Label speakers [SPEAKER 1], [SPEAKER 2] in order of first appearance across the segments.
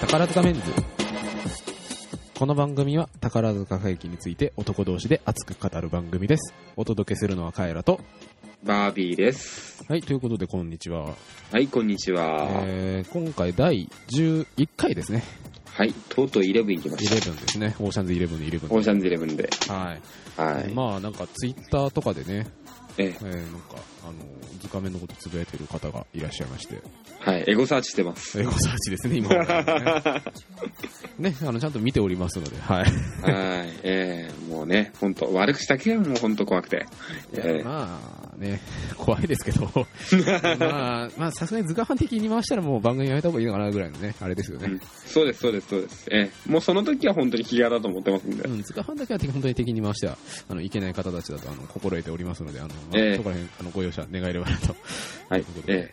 [SPEAKER 1] 宝塚メンズこの番組は宝塚歌劇について男同士で熱く語る番組ですお届けするのはカエラと
[SPEAKER 2] バービーです。
[SPEAKER 1] はいということでこんにちは、
[SPEAKER 2] はい、こんにちは。
[SPEAKER 1] えー、今回第11回ですね
[SPEAKER 2] はい、とうとうイレブン行きました。
[SPEAKER 1] 11ですねオーシャンズ11の11
[SPEAKER 2] オーシャンズイレブンで。
[SPEAKER 1] はい、
[SPEAKER 2] はい。
[SPEAKER 1] まあなんかツイッターとかでね、
[SPEAKER 2] え
[SPEAKER 1] えー、なんかあの図鑑面のことつぶやいてる方がいらっしゃいまして
[SPEAKER 2] はい、エゴサーチしてます。
[SPEAKER 1] エゴサーチですね今 はねねあのちゃんと見ておりますのではい
[SPEAKER 2] はい、えー、もうね、本当悪口だけがもう本当怖くて。
[SPEAKER 1] いや
[SPEAKER 2] えー
[SPEAKER 1] まあね、 怖いですけ ど、まあ、まあ、さすがに図鑑的に回したらもう番組やめた方がいいのかなぐらいのね、あれですよ
[SPEAKER 2] う
[SPEAKER 1] ね
[SPEAKER 2] ん。、そうです、そうです、そうです。えー、もうその時は本当に気がだと思ってますんで
[SPEAKER 1] う。ん、図鑑だけは本当に敵に回しては、あの、いけない方たちだと、あの、心得ておりますので、あの、まあ
[SPEAKER 2] ええ
[SPEAKER 1] そこら辺、あの、ご容赦願えればなと。
[SPEAKER 2] はい
[SPEAKER 1] とうこ、と
[SPEAKER 2] え
[SPEAKER 1] で
[SPEAKER 2] ー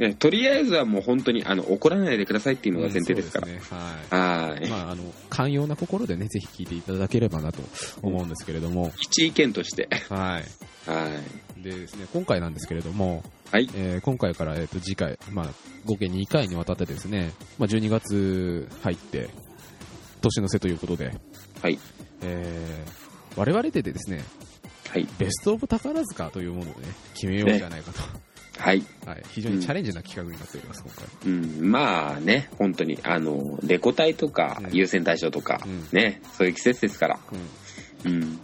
[SPEAKER 2] えーとりあえずはもう本当に、あの、怒らないでくださいっていうのが前提ですから。
[SPEAKER 1] うんそうね。は。
[SPEAKER 2] はいい。
[SPEAKER 1] まあ、あの、寛容な心でね、ぜひ聞いていただければなと思うんですけれども、
[SPEAKER 2] 一意見として。
[SPEAKER 1] はい。
[SPEAKER 2] は
[SPEAKER 1] でですね、今回なんですけれども、
[SPEAKER 2] はい
[SPEAKER 1] えー今回から、えー、と次回、まあ、合計2回にわたってですね、まあ、12月入って、年の瀬ということで、
[SPEAKER 2] はい
[SPEAKER 1] えー我々でですね、
[SPEAKER 2] い。はい。
[SPEAKER 1] ベストオブ宝塚というものをね、決めようじゃないかと、
[SPEAKER 2] はい。
[SPEAKER 1] はい、非常にチャレンジな企画になっております、今
[SPEAKER 2] うん、まあね、本当に、あの、レコ大とか
[SPEAKER 1] う、ん
[SPEAKER 2] 優先大賞とか、
[SPEAKER 1] うん
[SPEAKER 2] ね、そういう季節ですから。
[SPEAKER 1] 回。
[SPEAKER 2] うん。
[SPEAKER 1] うん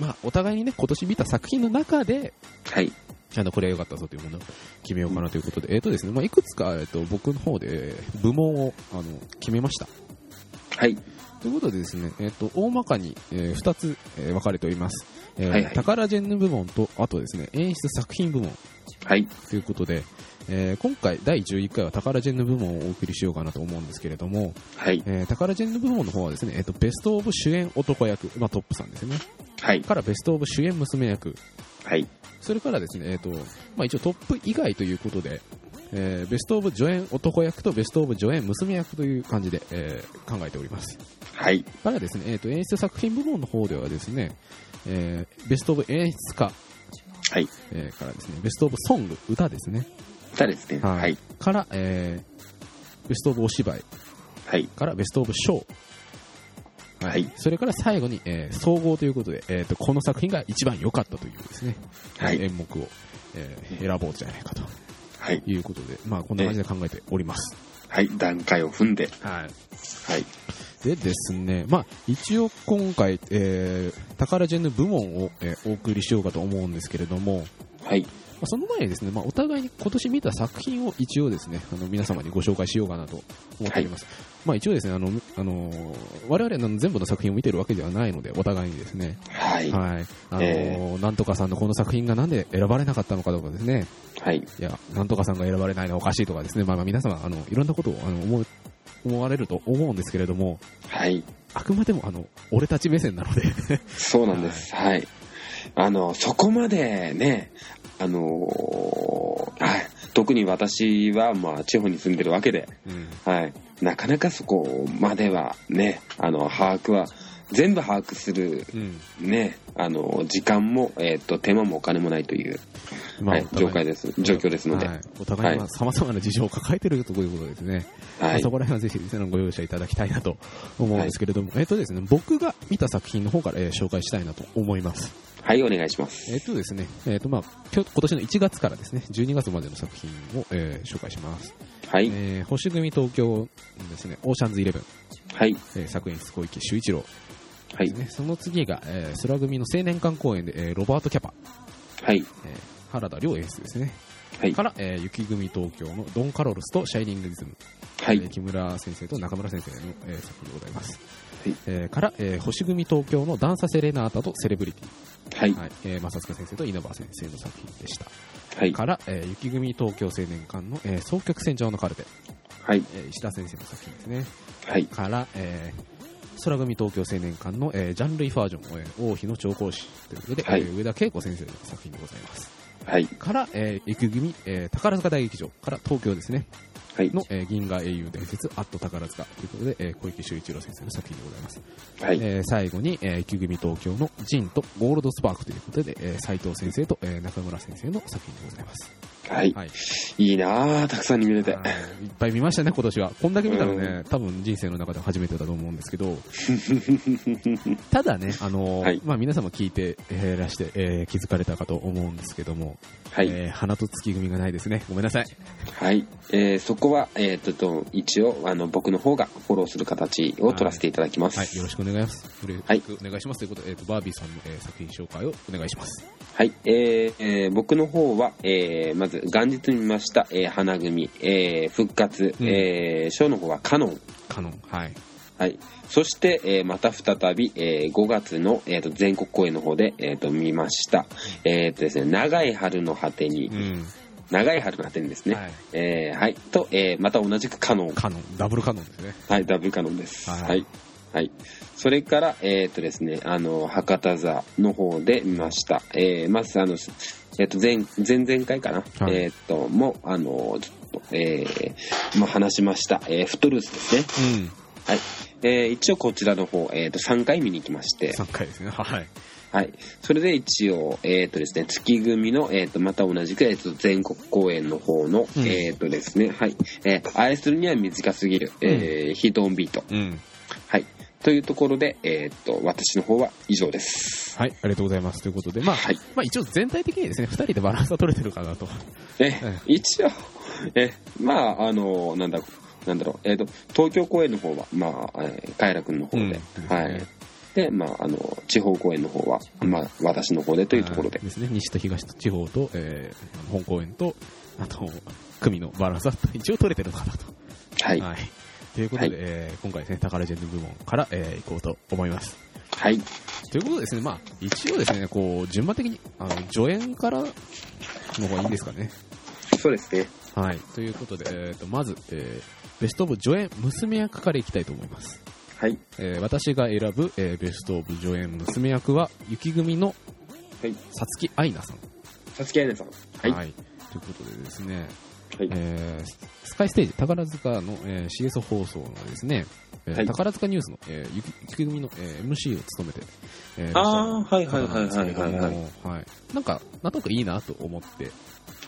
[SPEAKER 1] まあ、お互いにね、今年見た作品の中で、
[SPEAKER 2] はい。
[SPEAKER 1] あのこれは良かったぞというものを決めようかなということで、えっ、とですね、まあ、いくつか、えっと僕の方で部門をあの決めました。
[SPEAKER 2] はい。
[SPEAKER 1] ということでですね、えっと大まかに、え2つ、えー分かれております、えー
[SPEAKER 2] はいはい
[SPEAKER 1] タカラジェンヌ部門とあとですね演出作品部門
[SPEAKER 2] はい。
[SPEAKER 1] ということで、えー今回第11回はタカラジェンヌ部門をお送りしようかなと思うんですけれども、
[SPEAKER 2] はい。
[SPEAKER 1] えータカラジェンヌ部門の方はですね、えっとベスト・オブ主演男役、まあ、トップさんですね
[SPEAKER 2] はい。
[SPEAKER 1] からベスト・オブ主演娘役
[SPEAKER 2] はい。
[SPEAKER 1] それからですね、えっとまあ、一応トップ以外ということで、えーベスト・オブ助演男役とベスト・オブ助演娘役という感じで、えー考えております
[SPEAKER 2] はい。
[SPEAKER 1] からですね、えー、と演出作品部門の方ではですね、えーベスト・オブ演出家、
[SPEAKER 2] はい。
[SPEAKER 1] えーからですねベスト・オブソング歌ですね
[SPEAKER 2] 歌ですね。
[SPEAKER 1] はい
[SPEAKER 2] はい。
[SPEAKER 1] から、えーベスト・オブお芝居
[SPEAKER 2] はい。
[SPEAKER 1] からベスト・オブショー、
[SPEAKER 2] はい
[SPEAKER 1] それから最後に、えー総合ということで、えー、とこの作品が一番良かったというですね、
[SPEAKER 2] はい
[SPEAKER 1] 演目を、えー選ぼうじゃないかと
[SPEAKER 2] はい。
[SPEAKER 1] いうことで、まあ、こんな感じで考えております、
[SPEAKER 2] はい。段階を踏んで。
[SPEAKER 1] はい、
[SPEAKER 2] はい。
[SPEAKER 1] でですね、まあ、一応今回、えー、タカラジェンヌ部門を、えーお送りしようかと思うんですけれども、ま
[SPEAKER 2] はい。
[SPEAKER 1] あ、その前にですね、まあ、お互いに今年見た作品を一応ですね、あの皆様にご紹介しようかなと思っております。まあ、一応ですね、あの、あのー我々の全部の作品を見てるわけではないので、お互いにですね、
[SPEAKER 2] はい。
[SPEAKER 1] はい、あのー
[SPEAKER 2] え
[SPEAKER 1] なんとかさんのこの作品がなんで選ばれなかったのかとかですね、
[SPEAKER 2] はい。
[SPEAKER 1] いや、なんとかさんが選ばれないのはおかしいとかですね、まあ、まあ皆様、あの、いろんなことを、あの、思う、思われると思うんですけれども、
[SPEAKER 2] はい。
[SPEAKER 1] あくまでもあの俺たち目線なので
[SPEAKER 2] そうなんです。はい。あの、そこまでね、あのーはい。特に私は、まあ、地方に住んでるわけで、はい、なかなかそこまではね、あの把握は全部把握する、
[SPEAKER 1] うん
[SPEAKER 2] ね、あの時間も、えー、と手間もお金もないという、
[SPEAKER 1] ま
[SPEAKER 2] はい、状況です状況ですので、は
[SPEAKER 1] はいいお互いにさまざまな事情を抱えているということですね、まあそこら辺はぜひ皆さんご容赦いただきたいなと思うんですけれども、えっとですね、僕が見た作品の方から、えー紹介したいなと思います、
[SPEAKER 2] はい、お願いします。
[SPEAKER 1] えっとですねえっとまあ、きょ今年の1月からですね12月までの作品を、えー紹介します、
[SPEAKER 2] はい、
[SPEAKER 1] えー星組東京ですねオーシャンズイレブン、
[SPEAKER 2] はい、
[SPEAKER 1] えー作演出小池秀一郎
[SPEAKER 2] は
[SPEAKER 1] で
[SPEAKER 2] い
[SPEAKER 1] す、ね、その次が、えー、空組の青年館公演で、えーロバート・キャパ
[SPEAKER 2] はい、
[SPEAKER 1] えー原田亮演出ですね、
[SPEAKER 2] はい
[SPEAKER 1] か、ら、えー雪組東京のドン・カロルスとシャイニングリズム、
[SPEAKER 2] は
[SPEAKER 1] えー
[SPEAKER 2] い、
[SPEAKER 1] 木村先生と中村先生の、えー作品でございます、
[SPEAKER 2] はい
[SPEAKER 1] えーから、えー星組東京のダンサ・セレナータとセレブリテ
[SPEAKER 2] はい
[SPEAKER 1] ィ、、はいえー正塚先生と稲葉先生の作品でした、
[SPEAKER 2] はい、
[SPEAKER 1] から、えー雪組東京青年館の、えー双曲線上のカルテ、
[SPEAKER 2] はい、
[SPEAKER 1] えー石田先生の作品ですね
[SPEAKER 2] はい、
[SPEAKER 1] から、えー空組東京青年館の、えージャンルイファージョン、えー王妃の調香師ということで、
[SPEAKER 2] はい
[SPEAKER 1] えー上田恵子先生の作品でございます。
[SPEAKER 2] はい、
[SPEAKER 1] から、えー、行く組、えー宝塚大劇場から東京ですね、
[SPEAKER 2] はい
[SPEAKER 1] の、えー銀河英雄伝説、アット宝塚ということで、えー小池修一郎先生の作品でございます。
[SPEAKER 2] はい。
[SPEAKER 1] えー最後に、えー、雪組東京のジンとゴールドスパークということで、えー斉藤先生と、えー中村先生の作品でございます。
[SPEAKER 2] はい。
[SPEAKER 1] はい。
[SPEAKER 2] いいなあたくさんに見れて。
[SPEAKER 1] あーいっぱい見ましたね、今年は。こんだけ見たの
[SPEAKER 2] う
[SPEAKER 1] ね、多分人生の中で初めてだと思うんですけ ど、ただね、あのー
[SPEAKER 2] はい
[SPEAKER 1] まあ、皆様聞いてえーらして、えー気づかれたかと思うんですけども、
[SPEAKER 2] はい。
[SPEAKER 1] えー花と月組がないですね。ごめんなさい。
[SPEAKER 2] はい。えーそこは、えーっとと、一応、あの、僕の方がフォローする形を取らせていただきます。
[SPEAKER 1] はい、よろしくお願いします。よろ
[SPEAKER 2] はい
[SPEAKER 1] しくお願いします。ということで、えーと、バービーさんの、えー作品紹介をお願いします。
[SPEAKER 2] はい、えーえー僕の方は、えーまず元日に見ました、えー花組、えー復活、
[SPEAKER 1] うん
[SPEAKER 2] えーショーの方はカノン、
[SPEAKER 1] カノン。はい。
[SPEAKER 2] はい、そして、えーまた再び、え5月の、えーと全国公演の方で、えーと見ました、えーとですね、長い春の果てに、
[SPEAKER 1] うん。
[SPEAKER 2] 長い春の果てにですね、
[SPEAKER 1] はい。
[SPEAKER 2] えーはい、と、えーまた同じくカノン、
[SPEAKER 1] カノン。ダブルカノンですね。
[SPEAKER 2] はい、ダブルカノンです。
[SPEAKER 1] はい
[SPEAKER 2] はい。はい。それから、えっ、とですね、あの、博多座の方で見ました。えーまず、あの、えっ、と、前、前々回かな。
[SPEAKER 1] はい
[SPEAKER 2] えっ、と、もう、あの、ちょっと、えー、まあ、話しました。えー、フットルースですね。
[SPEAKER 1] うん。
[SPEAKER 2] はい。えー一応こちらの方、えっ、と、3回見に行きまして。
[SPEAKER 1] 3回ですね。はい。
[SPEAKER 2] はい。それで一応、えっ、とですね、月組の、えっ、と、また同じく、えっ、と、全国公演の方の、
[SPEAKER 1] うん
[SPEAKER 2] えっ、とですね、はい。えー愛するには短すぎる、えーヒートオンビート。
[SPEAKER 1] うん。
[SPEAKER 2] はい。というところで、えーっと、私の方は以上です。
[SPEAKER 1] はい、ありがとうございます。ということで、まあ、
[SPEAKER 2] はい
[SPEAKER 1] まあ一応全体的にですね、2人でバランスは取れてるかなと。
[SPEAKER 2] え
[SPEAKER 1] え、
[SPEAKER 2] 一応、え、まあ、あの、なんだ、なんだろう、えーっと、東京公演の方は、まあ、えー、カエラ君の方で、
[SPEAKER 1] うん
[SPEAKER 2] はい。で、まあ、あの、地方公演の方は、まあ、私の方でというところで
[SPEAKER 1] あー。ですね、西と東と地方と、えー本公演と、あと、組のバランスは 一応取れてるのかなと。
[SPEAKER 2] はい。
[SPEAKER 1] はい。ということで、
[SPEAKER 2] はい
[SPEAKER 1] えー今回ですね、宝ジェンヌ部門から、えー行こうと思います。
[SPEAKER 2] はい。
[SPEAKER 1] ということでですね、まあ、一応ですね、こう、順番的に、あの、助演からの方がいいんですかね。
[SPEAKER 2] そうですね。
[SPEAKER 1] はい。ということで、えーと、まず、えーベストオブ助演娘役からいきたいと思います。
[SPEAKER 2] はい。
[SPEAKER 1] えー私が選ぶ、えーベストオブ助演娘役は、雪組の
[SPEAKER 2] はい。
[SPEAKER 1] さつきあいなさん。
[SPEAKER 2] さつきあいなさん。はい。はい。
[SPEAKER 1] ということでですね、
[SPEAKER 2] はい。
[SPEAKER 1] えースカイステージ宝塚の、えー CS 放送のですね、えー
[SPEAKER 2] はい
[SPEAKER 1] 宝塚ニュースの、えー、ゆき雪組の、えー MC を務めて、えー
[SPEAKER 2] あー
[SPEAKER 1] いらっしゃる方なんですけれども
[SPEAKER 2] はいはいはい
[SPEAKER 1] はいなんか、なんとなくいいなと思って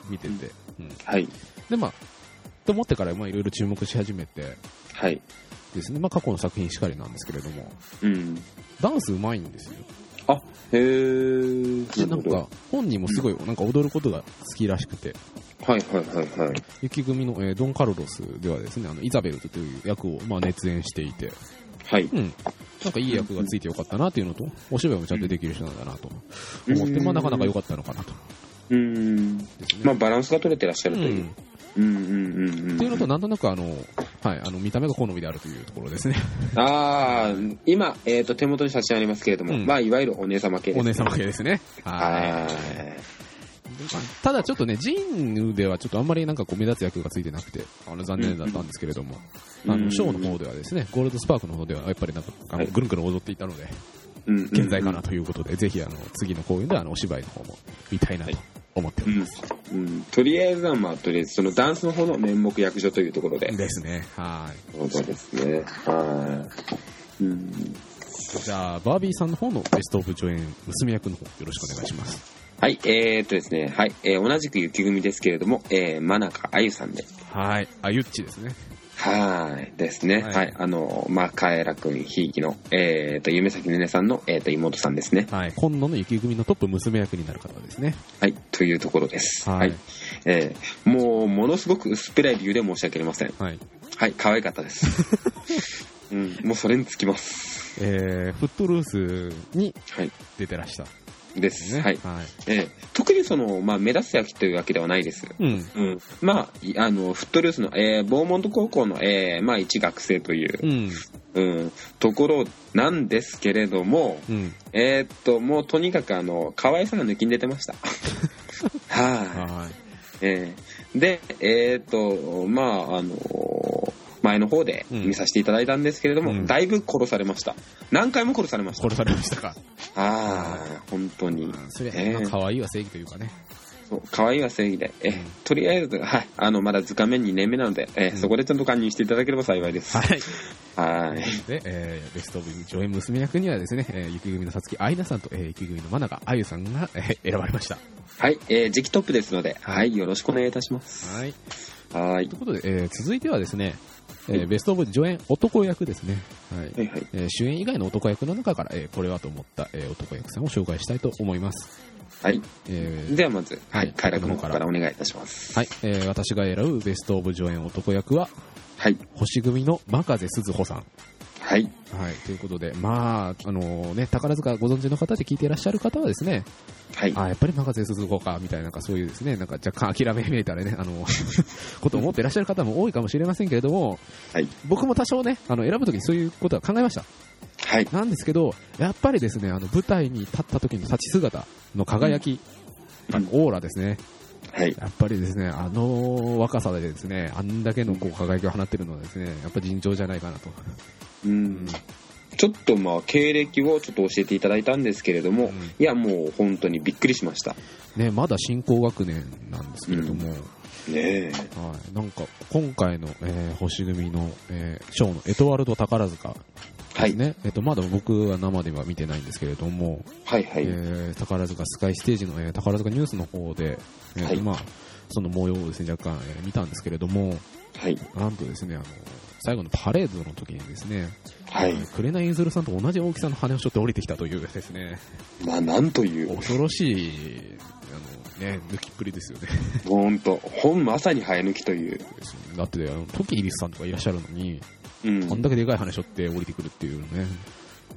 [SPEAKER 1] 見てて、うん
[SPEAKER 2] はい。
[SPEAKER 1] で、まあ、と思ってから、まあ、いろいろ注目し始めて
[SPEAKER 2] はい。
[SPEAKER 1] ですね、まあ、過去の作品しかりなんですけれども、
[SPEAKER 2] うん。
[SPEAKER 1] ダンスうまいんですよ。
[SPEAKER 2] あ、へー。
[SPEAKER 1] で、なん
[SPEAKER 2] るほ
[SPEAKER 1] か、本人もすごい、なんか踊ることが好きらしくて、
[SPEAKER 2] ど。はいはいはいはい。
[SPEAKER 1] 雪組の、えードン・カルロスではですね、あの、イザベルという役を、まあ、熱演していて、
[SPEAKER 2] はい。
[SPEAKER 1] うん、なんかいい役がついてよかったなっていうのと、お芝居もちゃんとできる人なんだなと思って、
[SPEAKER 2] うん
[SPEAKER 1] まあ、なかなか良かったのかなと。
[SPEAKER 2] うん。
[SPEAKER 1] ですね
[SPEAKER 2] まあ、バランスが取れてらっしゃ
[SPEAKER 1] う
[SPEAKER 2] るという。
[SPEAKER 1] ん、
[SPEAKER 2] うんうんうんうん。
[SPEAKER 1] っていうのと、なんとなくあの、はい、あの見た目が好みであるというところですね、
[SPEAKER 2] ああ、今、えっ、と、手元に写真ありますけれども、
[SPEAKER 1] うん
[SPEAKER 2] まあ、いわゆるお姉様系です。
[SPEAKER 1] お姉様系ですね。は
[SPEAKER 2] はい
[SPEAKER 1] ただちょっとね、ジンではちょっとあんまりなんかこう目立つ役がついてなくて、あの残念だったんですけれども、
[SPEAKER 2] うん
[SPEAKER 1] あのショーの方ではですね、ゴールドスパークの方ではやっぱりなんかあ
[SPEAKER 2] は
[SPEAKER 1] の
[SPEAKER 2] い
[SPEAKER 1] ぐるんぐるん踊っていたので、
[SPEAKER 2] い。うん。
[SPEAKER 1] 健在かなということで、ぜひあの次の公演ではあのお芝居の方も見たいなと思ってお
[SPEAKER 2] う
[SPEAKER 1] り
[SPEAKER 2] ん
[SPEAKER 1] ます。。
[SPEAKER 2] うん。とりあえずは、まあ、とりあえず、そのダンスの方の面目役所というところで。
[SPEAKER 1] ですね。はい。
[SPEAKER 2] そうですね。はい。うん。
[SPEAKER 1] じゃあ、バービーさんの方のベストオブ助演、娘役の方、よろしくお願いします。
[SPEAKER 2] はい、えっ、とですね、はい、えー同じく雪組ですけれども、えー、真中あゆさんで。
[SPEAKER 1] はい。あ、ゆっちですね。
[SPEAKER 2] はい、ですね。
[SPEAKER 1] は
[SPEAKER 2] はいい、あの、まあ、カエラくん、ひいきの、えっ、と、夢咲ねねさんの、えっ、と、妹さんですね。
[SPEAKER 1] はい。今度の雪組のトップ娘役になる方ですね。
[SPEAKER 2] はい、というところです。
[SPEAKER 1] はい
[SPEAKER 2] はい。えーもう、ものすごく薄っぺらい理由で申し訳ありません。
[SPEAKER 1] はい。
[SPEAKER 2] はい、可愛かったです。 うん、もうそれにつきます。
[SPEAKER 1] えー、フットルースに
[SPEAKER 2] はい、
[SPEAKER 1] 出てらしたんで
[SPEAKER 2] ですす。
[SPEAKER 1] ね。
[SPEAKER 2] はい。
[SPEAKER 1] はい。
[SPEAKER 2] えー特にその、まあ、目立つ役というわけではないです。
[SPEAKER 1] うん。
[SPEAKER 2] うん。まあ、いあの、フットルースの、えー、ボーモント高校の、えー、まあ、一学生という
[SPEAKER 1] う、ん。
[SPEAKER 2] うん、ところなんですけれども、
[SPEAKER 1] うん。
[SPEAKER 2] えーっと、もうとにかくあの、可愛さが抜きん出 てました。はい、
[SPEAKER 1] は
[SPEAKER 2] えーで、えーっと、まあ、あのー前の方で
[SPEAKER 1] うん
[SPEAKER 2] 見させていただいたんですけれども、
[SPEAKER 1] うん
[SPEAKER 2] だいぶ殺されました。何回も殺されま
[SPEAKER 1] い。
[SPEAKER 2] した。
[SPEAKER 1] 殺されましたか。
[SPEAKER 2] ああ、本当に。
[SPEAKER 1] それ
[SPEAKER 2] え
[SPEAKER 1] まあ
[SPEAKER 2] ー
[SPEAKER 1] 可愛いは正義というかね。
[SPEAKER 2] そう可愛いは正義で、えとりあえず、はい、あのまだ図鑑面2年目なので、えそこでちゃんと管理していただければ幸いです。
[SPEAKER 1] はい。
[SPEAKER 2] はい。
[SPEAKER 1] で、えーベストオブ上演娘役にはですね、えー、雪組のさつきあいなさんと、えー、雪組のまながあゆさんが、えー選ばれました。
[SPEAKER 2] はい、えー、時期トップですので、はい、よろしくお願いいたします。
[SPEAKER 1] はい。
[SPEAKER 2] はい
[SPEAKER 1] という。ことで、えー続いてはですね、えーベストオブ上演男役ですね。はい。
[SPEAKER 2] はいはい。
[SPEAKER 1] えー主演以外の男役の中から、えーこれはと思った、えー男役さんを紹介したいと思います。
[SPEAKER 2] はい。
[SPEAKER 1] えー
[SPEAKER 2] ではまず、は
[SPEAKER 1] はい
[SPEAKER 2] い、快楽の方からお願いいたします。
[SPEAKER 1] はい、えー私が選ぶベストオブ上演男役は、
[SPEAKER 2] はい。
[SPEAKER 1] 星組の真風鈴穂さん。
[SPEAKER 2] はい。
[SPEAKER 1] はい、ということで、まあ、あのね、宝塚ご存知の方で聞いていらっしゃる方はですね、
[SPEAKER 2] はい。
[SPEAKER 1] あやっぱり真風鈴子か、みたいな、なんかそういうですね、なんか若干諦め見えたらね、あの、 ことを思っていらっしゃる方も多いかもしれませんけれども、
[SPEAKER 2] はい。
[SPEAKER 1] 僕も多少ね、あの、選ぶときにそういうことは考えました。
[SPEAKER 2] はい。
[SPEAKER 1] なんですけど、やっぱりですね、あの、舞台に立った時の立ち姿の輝き、
[SPEAKER 2] うん
[SPEAKER 1] あのオーラですね。
[SPEAKER 2] はい。
[SPEAKER 1] やっぱりですね、あの若さでですね、あんだけのこう輝きを放ってるのはですね、やっぱ尋常じゃないかなと。
[SPEAKER 2] うん。ちょっとまあ、経歴をちょっと教えていただいたんですけれども、
[SPEAKER 1] うん
[SPEAKER 2] いや、もう本当にびっくりしました。
[SPEAKER 1] ね、まだ新興学年なんですけれども、
[SPEAKER 2] ねえ。
[SPEAKER 1] はい、なんか今回の、えー星組の、えーショーのエトワルド宝塚
[SPEAKER 2] は
[SPEAKER 1] です
[SPEAKER 2] い。
[SPEAKER 1] ね、えっとまだ僕は生では見てないんですけれども、
[SPEAKER 2] はいは
[SPEAKER 1] え
[SPEAKER 2] い。
[SPEAKER 1] ー宝塚スカイステージの、えー宝塚ニュースの方で、えー
[SPEAKER 2] はい
[SPEAKER 1] まあ、その模様をです、ね、若干、えー見たんですけれども、
[SPEAKER 2] はい。
[SPEAKER 1] なんとですねあの最後のパレードの時にですね、
[SPEAKER 2] はい
[SPEAKER 1] えー紅ゆずるさんと同じ大きさの羽を背負って降りてきたというですね
[SPEAKER 2] な、なんという、
[SPEAKER 1] 恐ろしいあの、ね、抜きっぷりですよね。
[SPEAKER 2] 本当本まさに生え抜きという。
[SPEAKER 1] だってあのトキイリスさんとかいらっしゃるのに、
[SPEAKER 2] うん。
[SPEAKER 1] あんだけでかい羽背負って降りてくるっていうね、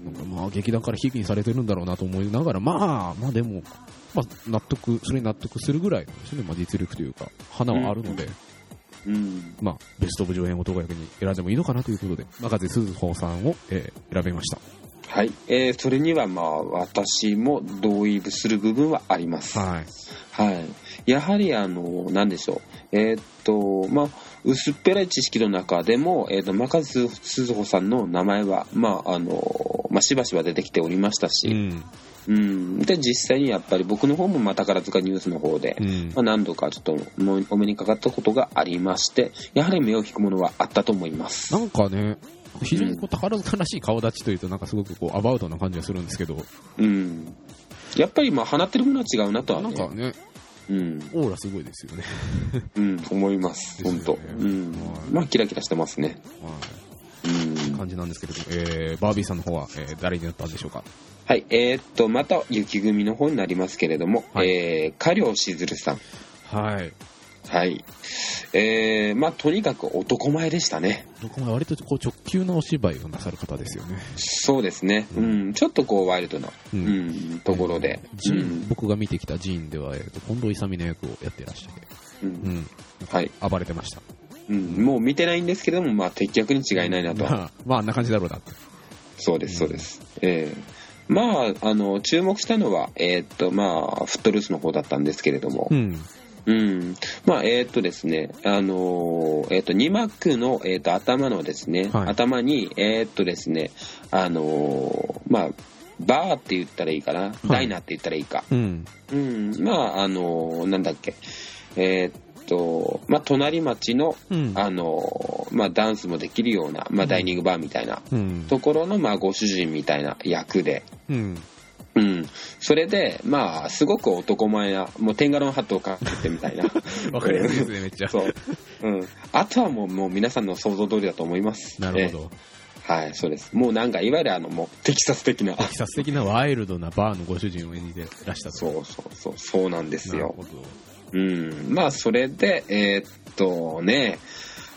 [SPEAKER 1] なんかまあ劇団からひいきにされてるんだろうなと思いながら、まあ、まあでも、まあ、納得、それに納得するぐらいのですね、まあ、実力というか、花はあるので、
[SPEAKER 2] うん。
[SPEAKER 1] まあ、ベスト・オブ・上演男役に選んでもいいのかなということで、中瀬鈴穂さんを、えー選びました。
[SPEAKER 2] はい。えー、それにはまあ、私も同意する部分はあります。
[SPEAKER 1] はい。
[SPEAKER 2] はい、やはりあの何でしょう、えーっとまあ、薄っぺらい知識の中でも、えーっと中津鈴穂さんの名前は、まああのまあ、しばしば出てきておりました
[SPEAKER 1] う
[SPEAKER 2] し、
[SPEAKER 1] ん。
[SPEAKER 2] うんで実際にやっぱり僕の方もまあ宝塚ニュースの方で、
[SPEAKER 1] うん
[SPEAKER 2] まあ、何度かちょっともお目にかかったことがありましてやはり目を引くものはあったと思います。
[SPEAKER 1] なんかね、非常にこう宝塚らしい顔立ちというと、なんかすごくこうアバウトな感じがするんですけど、
[SPEAKER 2] うんやっぱりまあ放ってるものは違うなとは、
[SPEAKER 1] な
[SPEAKER 2] ね
[SPEAKER 1] んかね、
[SPEAKER 2] うん
[SPEAKER 1] オーラすごいですよね。
[SPEAKER 2] うん、思います、
[SPEAKER 1] ですよ
[SPEAKER 2] 本
[SPEAKER 1] ね
[SPEAKER 2] 当、うん
[SPEAKER 1] はい
[SPEAKER 2] まあ、キラキラしてますね。
[SPEAKER 1] はい
[SPEAKER 2] うん
[SPEAKER 1] 感じなんですけれども、えー、バービーさんの方は、えー誰になったんでしょうか
[SPEAKER 2] はい、えーっと、また雪組の方になりますけれども、
[SPEAKER 1] はい
[SPEAKER 2] えー、加良しずるさん。
[SPEAKER 1] はい
[SPEAKER 2] はい。えー、まあ、とにかく男前でしたね。
[SPEAKER 1] どこも割とこう直球なお芝居をなさる方ですよね、
[SPEAKER 2] そうですね。うん、ちょっとこう、ワイルドな、
[SPEAKER 1] う
[SPEAKER 2] うん、ところで
[SPEAKER 1] えー。ジ
[SPEAKER 2] う
[SPEAKER 1] ーン
[SPEAKER 2] ん、
[SPEAKER 1] 僕が見てきたジーンでは、えー、と近藤勇の役をやってらっしゃって、
[SPEAKER 2] う、
[SPEAKER 1] うんん、
[SPEAKER 2] はい、
[SPEAKER 1] 暴れてました
[SPEAKER 2] うん。もう見てないんですけども、まあ、的確に違いないなと。
[SPEAKER 1] まあ、まあ、あん な感じだろうなって
[SPEAKER 2] そうです、そうです。えーまあ、あの、注目したのは、えーっと、まあ、フットルースの方だったんですけれども、
[SPEAKER 1] うん
[SPEAKER 2] うん。まあ、えーっとですね、あのーえーっと、2幕の、えーっと、頭のですね、
[SPEAKER 1] はい
[SPEAKER 2] 頭に、えーっとですね、あのーまあ、バーって言ったらいいかな、ダイナーって言ったらいいか。
[SPEAKER 1] うん
[SPEAKER 2] うん。まあ、あのーなんだっけ、えーっと、まあ、隣町の、
[SPEAKER 1] うん
[SPEAKER 2] あのーまあ、ダンスもできるような、まあ、ダイニングバーみたいな
[SPEAKER 1] うん
[SPEAKER 2] ところの、まあ、ご主人みたいな役で、
[SPEAKER 1] うん
[SPEAKER 2] うん。それで、まあ、すごく男前な、もう、テンガロンハットをかぶってみたいな。
[SPEAKER 1] わかりやすいですねめっちゃ
[SPEAKER 2] そう。うん。あとはもう、もう皆さんの想像通りだと思います。
[SPEAKER 1] なるほ
[SPEAKER 2] え
[SPEAKER 1] ど
[SPEAKER 2] え。はい、そうです。もうなんか、いわゆるあの、もう、テキサス的な。
[SPEAKER 1] 鬼殺的なワイルドなバーのご主人を演じてらしたと
[SPEAKER 2] そうそうそう、そうなんです
[SPEAKER 1] なる
[SPEAKER 2] よ
[SPEAKER 1] ほ。ど
[SPEAKER 2] うん。まあ、それで、えーっとね、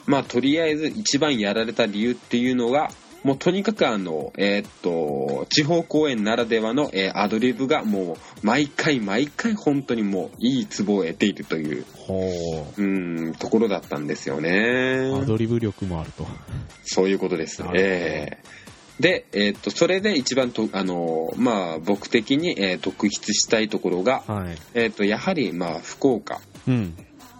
[SPEAKER 2] まあ、とりあえず一番やられた理由っていうのが、もうとにかくあの、えーっと、地方公演ならではの、えーアドリブがもう、毎回毎回本当にもう、いいツボを得ているという、
[SPEAKER 1] ほ
[SPEAKER 2] うん、ところだったんですよね。
[SPEAKER 1] うアドリブ力もあると
[SPEAKER 2] そういうことです
[SPEAKER 1] な
[SPEAKER 2] ね。
[SPEAKER 1] るほど
[SPEAKER 2] ええで、えーっと、それで一番と、あの、まあ、僕的に、えー特筆したいところが、
[SPEAKER 1] はい
[SPEAKER 2] えーっと、やはり、まあ、福岡
[SPEAKER 1] うん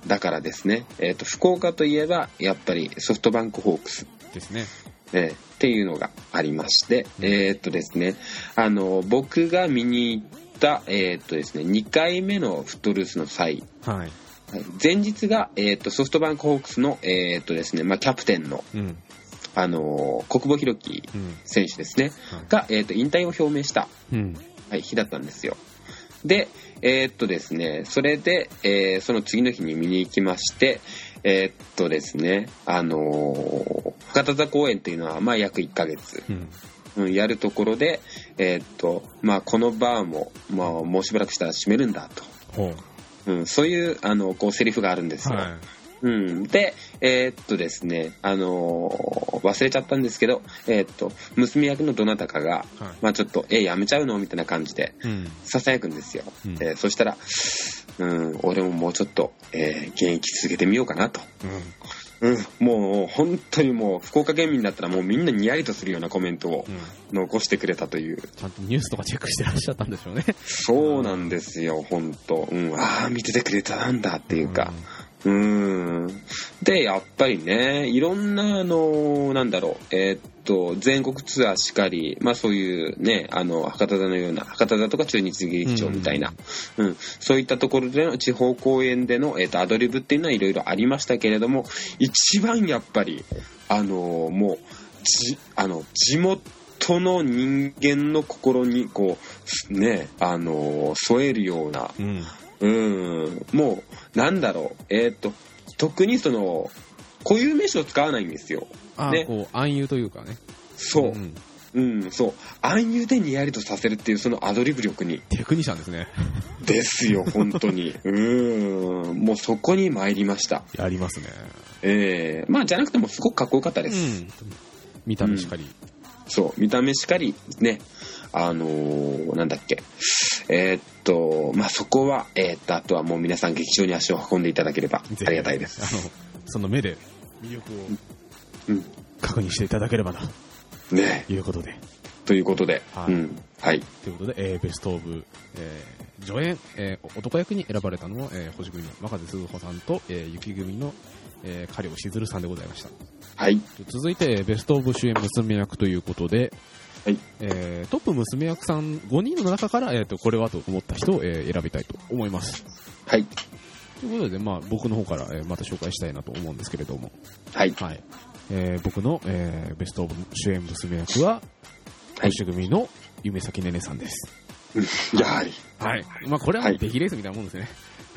[SPEAKER 2] だからですね。えーっと、福岡といえば、やっぱりソフトバンクホークス、
[SPEAKER 1] ですね
[SPEAKER 2] えーっていうのがありまして、えーっとですね、あの、僕が見に行った、えーっとですね、2回目のフットルースの際、
[SPEAKER 1] はい。
[SPEAKER 2] はい前日が、えーっとソフトバンクホークスの、えーっとですねまあ、キャプテンの、
[SPEAKER 1] うん。
[SPEAKER 2] あのー国保弘樹
[SPEAKER 1] うん。
[SPEAKER 2] 選手ですね、
[SPEAKER 1] はい
[SPEAKER 2] が、えーっと引退を表明した、
[SPEAKER 1] うん。
[SPEAKER 2] はい、日だったんですよ。で、えーっとですね、それで、えーその次の日に見に行きまして、えーっとですね、あのー博多座公演というのは、まあ、約1ヶ月、
[SPEAKER 1] うん。
[SPEAKER 2] うん、やるところで、えーっと、まあ、このバーも、まあ、もうしばらくしたら閉めるんだ
[SPEAKER 1] ほう。
[SPEAKER 2] と、うん、そういう、あの、こう、セリフがあるんですよ。
[SPEAKER 1] は
[SPEAKER 2] うん、で、えーっとですね、あのー忘れちゃったんですけど、えーっと、娘役のどなたかが、
[SPEAKER 1] い。はい。
[SPEAKER 2] まあ、ちょっと、え、やめちゃうのみたいな感じで、
[SPEAKER 1] うん。
[SPEAKER 2] ささやくんですよ、
[SPEAKER 1] うん
[SPEAKER 2] えーそしたら、うん、俺ももうちょっと、えー現役続けてみようかなと、
[SPEAKER 1] う
[SPEAKER 2] うん、もう本当にもう福岡県民だったらもうみんなにやりとするようなコメントを
[SPEAKER 1] ん。うん。
[SPEAKER 2] 残してくれたという
[SPEAKER 1] ちゃんとニュースとかチェックしてらっしゃったんでしょ うね。
[SPEAKER 2] そうなんですよ本当、うん、ああ見ててくれたんだっていうかうんでやっぱりねいろんなあのなんだろうえーっと全国ツアーしかり、まあ、そういうねあの博多座のような博多座とか中日劇場みたいな、うん、そういったところでの地方公演での、えー、とアドリブっていうのはいろいろありましたけれども一番やっぱり、あのーもうじあの地元の人間の心にこうねあのー添えるような
[SPEAKER 1] うん。うん。
[SPEAKER 2] うんもうなんだろうえっ、と特にその固有名詞を使わないんですよ
[SPEAKER 1] ああ、
[SPEAKER 2] ね
[SPEAKER 1] こう、暗誘というかね。
[SPEAKER 2] そう、うん
[SPEAKER 1] ん。
[SPEAKER 2] そう暗誘でにやりとさせるっていうそのアドリブ力に
[SPEAKER 1] テクニシャンですね。
[SPEAKER 2] です よ、本当に。うーん、もうそこに参りました。
[SPEAKER 1] やりますね。
[SPEAKER 2] ええまあ、じゃなくてもすごくかっこよかった
[SPEAKER 1] う
[SPEAKER 2] です。
[SPEAKER 1] ん。見た目しかり。
[SPEAKER 2] そう、見た目しかり、ね。あのーなんだっけ。えーっと、まあ、そこは、えーっと、あとはもう皆さん劇場に足を運んでいただければ
[SPEAKER 1] ぜひ
[SPEAKER 2] ありがたいです。
[SPEAKER 1] あの、その目で魅力を
[SPEAKER 2] うん。
[SPEAKER 1] 確認していただければな、
[SPEAKER 2] ね
[SPEAKER 1] ということで。
[SPEAKER 2] ということで、
[SPEAKER 1] はい
[SPEAKER 2] うん。はい。
[SPEAKER 1] ということで、えーベストオブ、えー助演、えー男役に選ばれたのは、えー星組の若瀬鈴穂さんと、えー雪組の、えー、狩猟しずるさんでございました。
[SPEAKER 2] はい。
[SPEAKER 1] 続いて、ベストオブ主演娘役ということで、
[SPEAKER 2] はい
[SPEAKER 1] えートップ娘役さん5人の中から、えー、とこれはと思った人を、えー選びたいと思います。
[SPEAKER 2] はい。
[SPEAKER 1] ということで、まあ、僕の方から、えーまた紹介したいなと思うんですけれども、
[SPEAKER 2] はい。
[SPEAKER 1] はいえー僕の、えーベストオブ主演娘役は、
[SPEAKER 2] はい
[SPEAKER 1] 星組の夢咲ねねさんです。
[SPEAKER 2] やはり。
[SPEAKER 1] はい。まあ、これはも
[SPEAKER 2] は
[SPEAKER 1] う
[SPEAKER 2] い
[SPEAKER 1] 出来レースみたいなもんですね。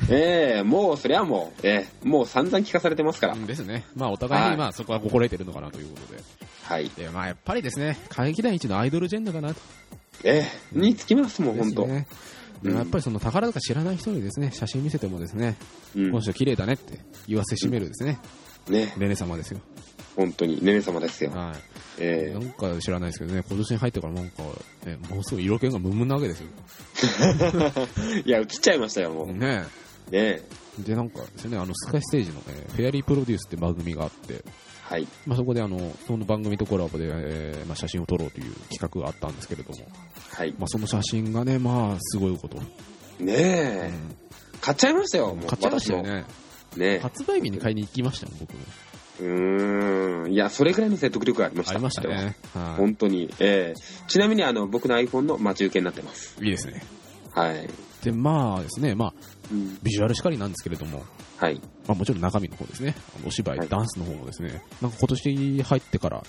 [SPEAKER 2] ええもう、そりゃもう、ええもう散々聞かされてますから。
[SPEAKER 1] うんですね。まあ、お互い
[SPEAKER 2] は
[SPEAKER 1] に、
[SPEAKER 2] い
[SPEAKER 1] まあ、そこは心得てるのかなということで。
[SPEAKER 2] はい。
[SPEAKER 1] で、まあ、やっぱりですね、歌劇団一のアイドルジェンヌかなと。
[SPEAKER 2] ええにつきますもん、
[SPEAKER 1] です
[SPEAKER 2] 本当、
[SPEAKER 1] ね。でもやっぱりその宝塚知らない人にですね、写真見せてもですね、
[SPEAKER 2] うん
[SPEAKER 1] この人綺麗だねって言わせしめるですね、
[SPEAKER 2] ね、
[SPEAKER 1] レネ様ですよ。
[SPEAKER 2] 本当に、ねね様ですよ。
[SPEAKER 1] は
[SPEAKER 2] え
[SPEAKER 1] い。なんか知らないですけどね、今年に入ってからなんか、ね、ものすごい色気がムンムンなわけですよ。
[SPEAKER 2] え いや、映っちゃいましたよ、もう。ね
[SPEAKER 1] ね
[SPEAKER 2] え
[SPEAKER 1] で、なんかですね、あの、スカイステージの、えーフェアリープロデュースって番組があって、
[SPEAKER 2] はい。
[SPEAKER 1] まあ、そこであの、その番組とコラボで、えーまあ、写真を撮ろうという企画があったんですけれども、
[SPEAKER 2] はい。
[SPEAKER 1] まあ、その写真がね、まあ、すごいこと。
[SPEAKER 2] ね
[SPEAKER 1] う
[SPEAKER 2] え、
[SPEAKER 1] ん
[SPEAKER 2] 買っちゃいましたよ、もう。
[SPEAKER 1] 買っちゃいましたよね。
[SPEAKER 2] 私も。ね
[SPEAKER 1] 発売日に買いに行きましたもん、僕も。
[SPEAKER 2] え。うーん。いや、それぐらいの説得力がありました。
[SPEAKER 1] ありましたね。は
[SPEAKER 2] 本当に。ええちなみに、あの、僕の iPhone の待ち受けになってます。
[SPEAKER 1] い。いいですね。
[SPEAKER 2] はい。
[SPEAKER 1] で、まあですね、まあ、
[SPEAKER 2] うん、
[SPEAKER 1] ビジュアルしかりなんですけれども、
[SPEAKER 2] はい。
[SPEAKER 1] まあ、もちろん中身の方ですね。お芝居、
[SPEAKER 2] はい
[SPEAKER 1] ダンスの方もですね、なんか今年入ってから、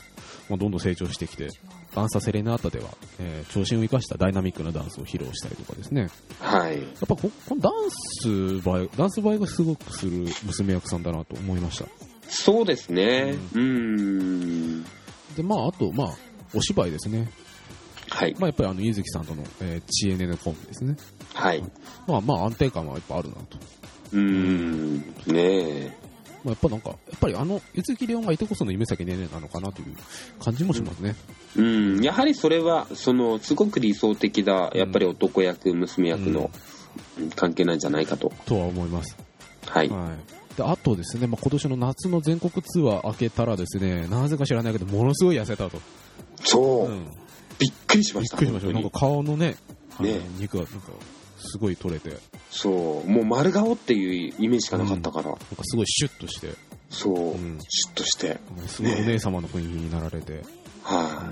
[SPEAKER 1] まあ、どんどん成長してきて、ダンサーセレナータでは、えー、長身を生かしたダイナミックなダンスを披露したりとかですね。やっ
[SPEAKER 2] はい。
[SPEAKER 1] ぱこ、このダンス映え、ダンス映えがすごくする娘役さんだなと思いました。
[SPEAKER 2] そうですね。うーん。
[SPEAKER 1] で、まあ、あと、まあ、お芝居ですね。
[SPEAKER 2] はい。
[SPEAKER 1] まあ、やっぱりあの、ゆずきさんとの、えー、知恵ねのコンビですね。
[SPEAKER 2] はい。う
[SPEAKER 1] まあまあ、安定感はやっぱあるなと。
[SPEAKER 2] ーん。ねえ。
[SPEAKER 1] まあ、やっぱなんか、やっぱりあの、柚木レオンがいてこその夢咲ねねなのかなという感じもしますね。
[SPEAKER 2] うん、やはりそれはそのすごく理想的なやっぱり男役、娘役のうん関係なんじゃないかと、
[SPEAKER 1] とは思います。
[SPEAKER 2] はい、
[SPEAKER 1] はい。で、あとですね、まあ、今年の夏の全国ツアー明けたらですね、なぜか知らないけど、ものすごい痩せたと。
[SPEAKER 2] そう、
[SPEAKER 1] うん。びっ
[SPEAKER 2] びっくりしました
[SPEAKER 1] くりしました。なん
[SPEAKER 2] 本
[SPEAKER 1] か
[SPEAKER 2] 当に
[SPEAKER 1] 顔のね、あの
[SPEAKER 2] ね
[SPEAKER 1] 肉がなんか、すごい取れて、なんか
[SPEAKER 2] そうもう丸顔っていうイメージしかなかったから、
[SPEAKER 1] すごいシュッとして、
[SPEAKER 2] そう、
[SPEAKER 1] うん
[SPEAKER 2] シュッとして
[SPEAKER 1] すごいお姉様の雰囲気になられて、
[SPEAKER 2] は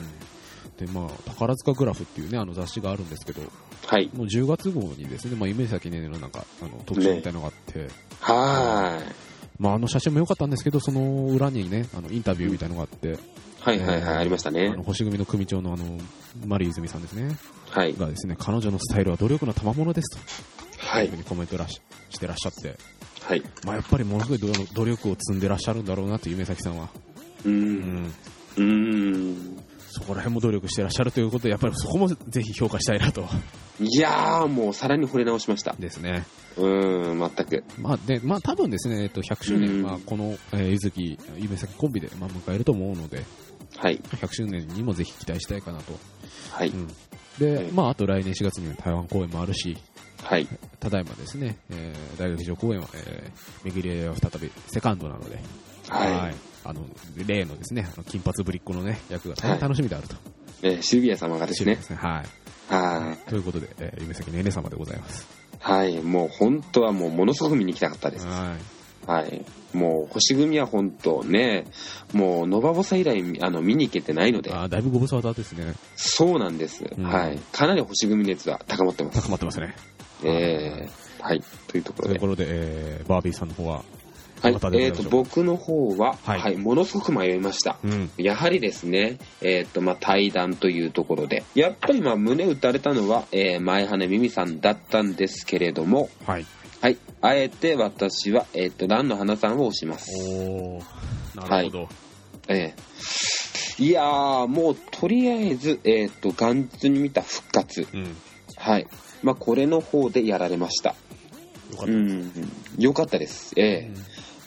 [SPEAKER 2] い、
[SPEAKER 1] で、まあ、宝塚グラフっていうね、あの雑誌があるんですけど、
[SPEAKER 2] はい。
[SPEAKER 1] もう10月号にですね、まあ、夢咲ねねのなんか、あの、特集みたいなのがあって、
[SPEAKER 2] はーい。
[SPEAKER 1] まあ、あの写真も良かったんですけど、その裏にね、あの、インタビューみたいなのがあって、
[SPEAKER 2] はいはいはい、ありました
[SPEAKER 1] あ
[SPEAKER 2] ね
[SPEAKER 1] の、。星組の組長のあの、マリー泉さんですね、
[SPEAKER 2] はい。
[SPEAKER 1] がですね、彼女のスタイルは努力の賜物ですと、
[SPEAKER 2] は
[SPEAKER 1] う
[SPEAKER 2] い
[SPEAKER 1] ふう。にコメントらししてらっしゃって、
[SPEAKER 2] はい。
[SPEAKER 1] まあ、やっぱりものすごい努努力を積んでらっしゃるんだろうなって、夢咲さんは。
[SPEAKER 2] う。
[SPEAKER 1] うんん。
[SPEAKER 2] うーん。
[SPEAKER 1] そこら辺も努力してらっしゃるということで、やっぱりそこもぜひ評価したいなと。
[SPEAKER 2] いやー、もうさらに惚れ直しました。
[SPEAKER 1] ですね。
[SPEAKER 2] うーん、全く。
[SPEAKER 1] まあ、で、まあ、多分ですね、えっと、100周
[SPEAKER 2] うん
[SPEAKER 1] 年、まあ、この、えー、ゆずき、夢咲コンビで、まあ、迎えると思うので、
[SPEAKER 2] はい。
[SPEAKER 1] 100周年にもぜひ期待したいかなと。
[SPEAKER 2] はい。
[SPEAKER 1] うんで、
[SPEAKER 2] はい
[SPEAKER 1] まあ、あと来年4月には台湾公演もあるし、
[SPEAKER 2] はい。
[SPEAKER 1] ただいまですね、えー大学城公演は、えー、巡り合いは再びセカンドなので、
[SPEAKER 2] は
[SPEAKER 1] あの、例のですね、あの金髪ぶりっ子のね、役が大変楽しみであると。
[SPEAKER 2] い。えーシルビア様がですね
[SPEAKER 1] で。すね。はい。
[SPEAKER 2] はい。
[SPEAKER 1] ということで、えー、夢咲ねね様でございます。
[SPEAKER 2] はい。もう本当はもうものすごく見に行きたかったです。
[SPEAKER 1] は
[SPEAKER 2] はい。もう星組は本当ね、もうノバボサ以来あの見に行けてないの
[SPEAKER 1] い。
[SPEAKER 2] で、
[SPEAKER 1] あーだいぶご無沙汰ですね。
[SPEAKER 2] そうなんです。
[SPEAKER 1] うん
[SPEAKER 2] はい。かなり星組熱は高まってます。
[SPEAKER 1] 高まってますね。
[SPEAKER 2] えー、はい。というとこと
[SPEAKER 1] いう
[SPEAKER 2] ろで
[SPEAKER 1] と。ころで、えーバービーさんの方は、
[SPEAKER 2] はい。
[SPEAKER 1] また出
[SPEAKER 2] え
[SPEAKER 1] て
[SPEAKER 2] っ、
[SPEAKER 1] くるで
[SPEAKER 2] と、
[SPEAKER 1] しょう
[SPEAKER 2] 僕の方は、は、
[SPEAKER 1] はいい
[SPEAKER 2] ものすごく迷いました。
[SPEAKER 1] うん。
[SPEAKER 2] やはりですね、えっ、と、まあ、対談というところで、やっぱりまあ、胸打たれたのは、えー、前羽美美さんだったんですけれども、
[SPEAKER 1] はい。
[SPEAKER 2] はい。あえて私は、えっ、と、蘭の花さんを押します。
[SPEAKER 1] おなるほど。
[SPEAKER 2] ええ。いやー、もうとりあえず、えっ、と、元日に見た復活。
[SPEAKER 1] うん。よ
[SPEAKER 2] はい。まあ、これの方でやられました。
[SPEAKER 1] かっ
[SPEAKER 2] う
[SPEAKER 1] た。
[SPEAKER 2] ん。よかったです。ええ。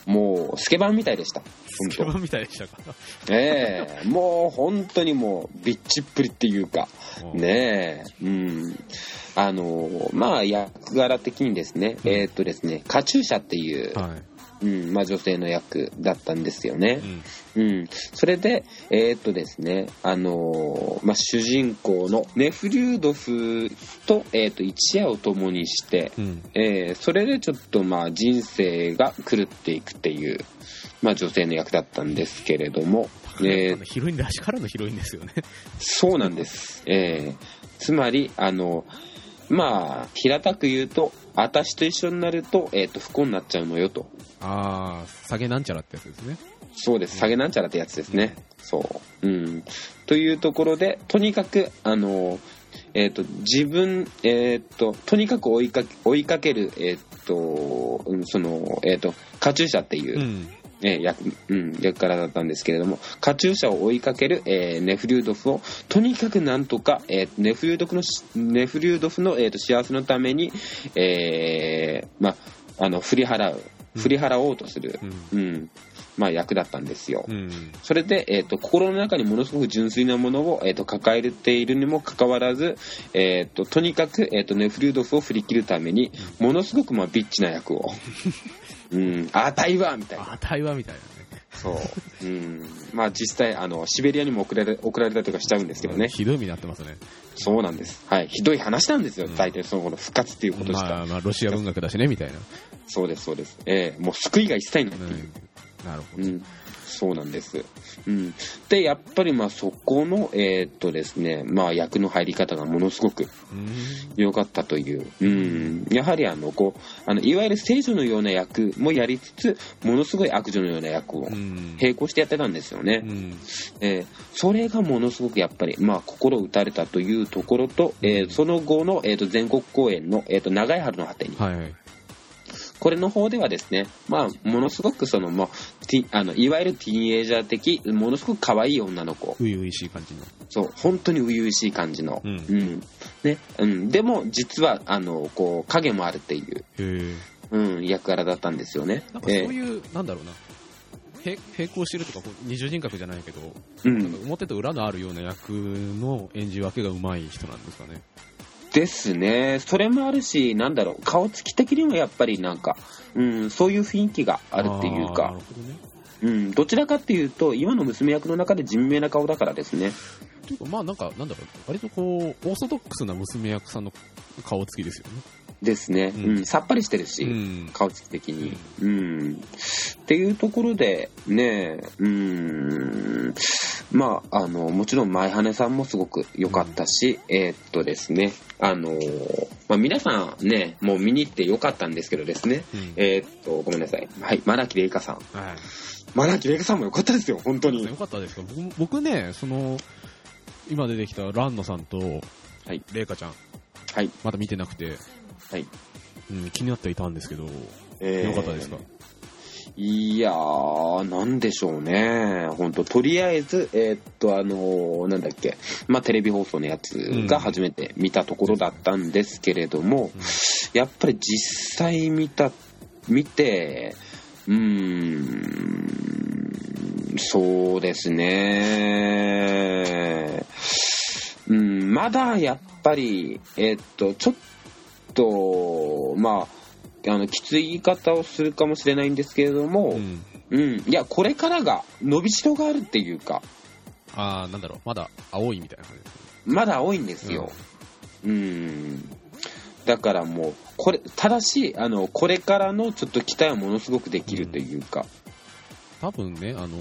[SPEAKER 2] もう、スケバンみたいでした。
[SPEAKER 1] スケバンみたいでしたか。
[SPEAKER 2] 当。ええ。もう、本当にもう、ビッチっぷりっていうか、ねえ。うん。あのーまあ、役柄的にですね、
[SPEAKER 1] うん
[SPEAKER 2] えっ、とですね、カチューシャっていう、
[SPEAKER 1] は
[SPEAKER 2] うん、まあ、女性の役だったんですよね。
[SPEAKER 1] い。うん。
[SPEAKER 2] うん、それで、えーっとですね、あのーまあ、主人公のネフリュードフと,、えーっと一夜を共にして、
[SPEAKER 1] うん。
[SPEAKER 2] えーそれでちょっとまあ人生が狂っていくっていう、まあ、女性の役だったんですけれども、え
[SPEAKER 1] あ
[SPEAKER 2] ー
[SPEAKER 1] のヒロインらしからぬヒロインですよね。
[SPEAKER 2] そうなんです、えーつまりあのまあ平たく言うと私と一緒になると,、えーっと不幸になっちゃうのよと
[SPEAKER 1] ああ、下げなんちゃらってやつですね。
[SPEAKER 2] そうです、下げなんちゃらってやつですね。そう。うん。というところで、とにかく、あの、えっ、と、自分、えっ、と、とにかく追いかけ、追いかける、えっ、と、うんその、えっ、と、カチューシャっていう、
[SPEAKER 1] ん。
[SPEAKER 2] えー役、うん、役からだったんですけれども、カチューシャを追いかける、えーネフリュードフを、とにかくなんとか、えーネフリュードフのし、ネフリュードフの、えーと幸せのために、えーま、あの、振り払う、振り払おうとする、
[SPEAKER 1] うん。
[SPEAKER 2] うん、まあ役だったんですよ。
[SPEAKER 1] うん。
[SPEAKER 2] それで、えっ、と、心の中にものすごく純粋なものを、えっ、と、抱えているにもかかわらず、えっ、と、とにかく、えっ、と、ネフリュードフを振り切るために、ものすごく、まあ、ビッチな 役を。うん、あたいはみたいな。
[SPEAKER 1] あ、対話みたいなね。
[SPEAKER 2] そう。うん。まあ、実際、あの、シベリアにも送られ、送られたりとかしちゃうんですけどね。
[SPEAKER 1] ひどい目になってますね。
[SPEAKER 2] そうなんです。はい。ひどい話なんですよ。
[SPEAKER 1] うん
[SPEAKER 2] 大体その後の復活っていうことし
[SPEAKER 1] ま
[SPEAKER 2] か。
[SPEAKER 1] あ、まあ、ロシア文学だしね、みたいな。
[SPEAKER 2] そうです、そうです。ええもう救いが一切ないっていう。
[SPEAKER 1] なるほ
[SPEAKER 2] う
[SPEAKER 1] ど。
[SPEAKER 2] ん、そうなんです。うん、で、やっぱりまあそこの、えーっとですね、まあ役の入り方がものすごく
[SPEAKER 1] うん。
[SPEAKER 2] 良かったという、うん、やはりあの、こう、あの、いわゆる聖女のような役もやりつつ、ものすごい悪女のような役を
[SPEAKER 1] うん。
[SPEAKER 2] 並行してやってたんですよね。
[SPEAKER 1] うん。
[SPEAKER 2] えーそれがものすごくやっぱり、まあ心打たれたというところと、えーその後の、えーっと全国公演の、えーっと長い春の果てに、
[SPEAKER 1] はいはい。
[SPEAKER 2] これの方ではですね、まあ、ものすごくその、もう、ティあの、いわゆるティーンエイジャー的、ものすごく可愛い女の子。
[SPEAKER 1] ういういしい感じの。
[SPEAKER 2] そう、本当に初々しい感じの。
[SPEAKER 1] うん
[SPEAKER 2] ね。うん。でも、実は、あの、こう、影もあるっていう、
[SPEAKER 1] へえ。
[SPEAKER 2] うん、役柄だったんですよね。
[SPEAKER 1] なんかそういう、なんだろうな。へ並行してるとか、こう二重人格じゃないけど、
[SPEAKER 2] えーう
[SPEAKER 1] なんか
[SPEAKER 2] ん。
[SPEAKER 1] 表と裏のあるような役の演じ分けがうまい人なんですかね。
[SPEAKER 2] ですね。それもあるし、なんだろう、顔つき的にもやっぱりなんか、うん、そういう雰囲気があるっていう
[SPEAKER 1] あーな
[SPEAKER 2] か
[SPEAKER 1] る、ほどね。
[SPEAKER 2] うん、どちらかっていうと、今の娘役の中で人名な顔だからですね。
[SPEAKER 1] というか、まあなんか、なんだろう、割とこう、オーソドックスな娘役さんの顔つきですよね。
[SPEAKER 2] ですね。
[SPEAKER 1] うん
[SPEAKER 2] うん、さっぱりしてるし。
[SPEAKER 1] ん。
[SPEAKER 2] 顔つき的に。うん。っていうところで、ねえ、うん。まあ、あの、もちろん、前羽さんもすごく良かったし、えーっとですね、あのーまあ、皆さんね、もう見に行って良かったんですけどですね、
[SPEAKER 1] うん
[SPEAKER 2] えーっと、ごめんなさい。はい、マラキレイカさん。
[SPEAKER 1] はい
[SPEAKER 2] マラキレイカさんも良かったですよ、本当に
[SPEAKER 1] よ。かったですか僕も僕ね、その、今出てきたランノさんと、
[SPEAKER 2] はい
[SPEAKER 1] レイカちゃん、
[SPEAKER 2] はい、
[SPEAKER 1] まだ見てなくて、
[SPEAKER 2] はい。
[SPEAKER 1] うん、気になっていたんですけど、
[SPEAKER 2] えー
[SPEAKER 1] よかったですか、
[SPEAKER 2] いやー、なんでしょうね。本当とりあえず、えーっと、あのーなんだっけ、まあ、テレビ放送のやつが初めて見たところだったんですけれども、
[SPEAKER 1] うん
[SPEAKER 2] やっぱり実際見た、見て、うーん、そうですね。うん、まだやっぱり、えーっと、ちょっと、まあ、あの、きつい言い方をするかもしれないんですけれども、
[SPEAKER 1] うん
[SPEAKER 2] うん、いや、これからが伸びしろがあるっていうか、
[SPEAKER 1] あーなんだろう、まだ青いみたいな感じです
[SPEAKER 2] まだ多いんです
[SPEAKER 1] ね
[SPEAKER 2] よ。うん。だからもう、これ、ただし、あの、これからのちょっと期待はものすごくできるというか、
[SPEAKER 1] 多分ね、あの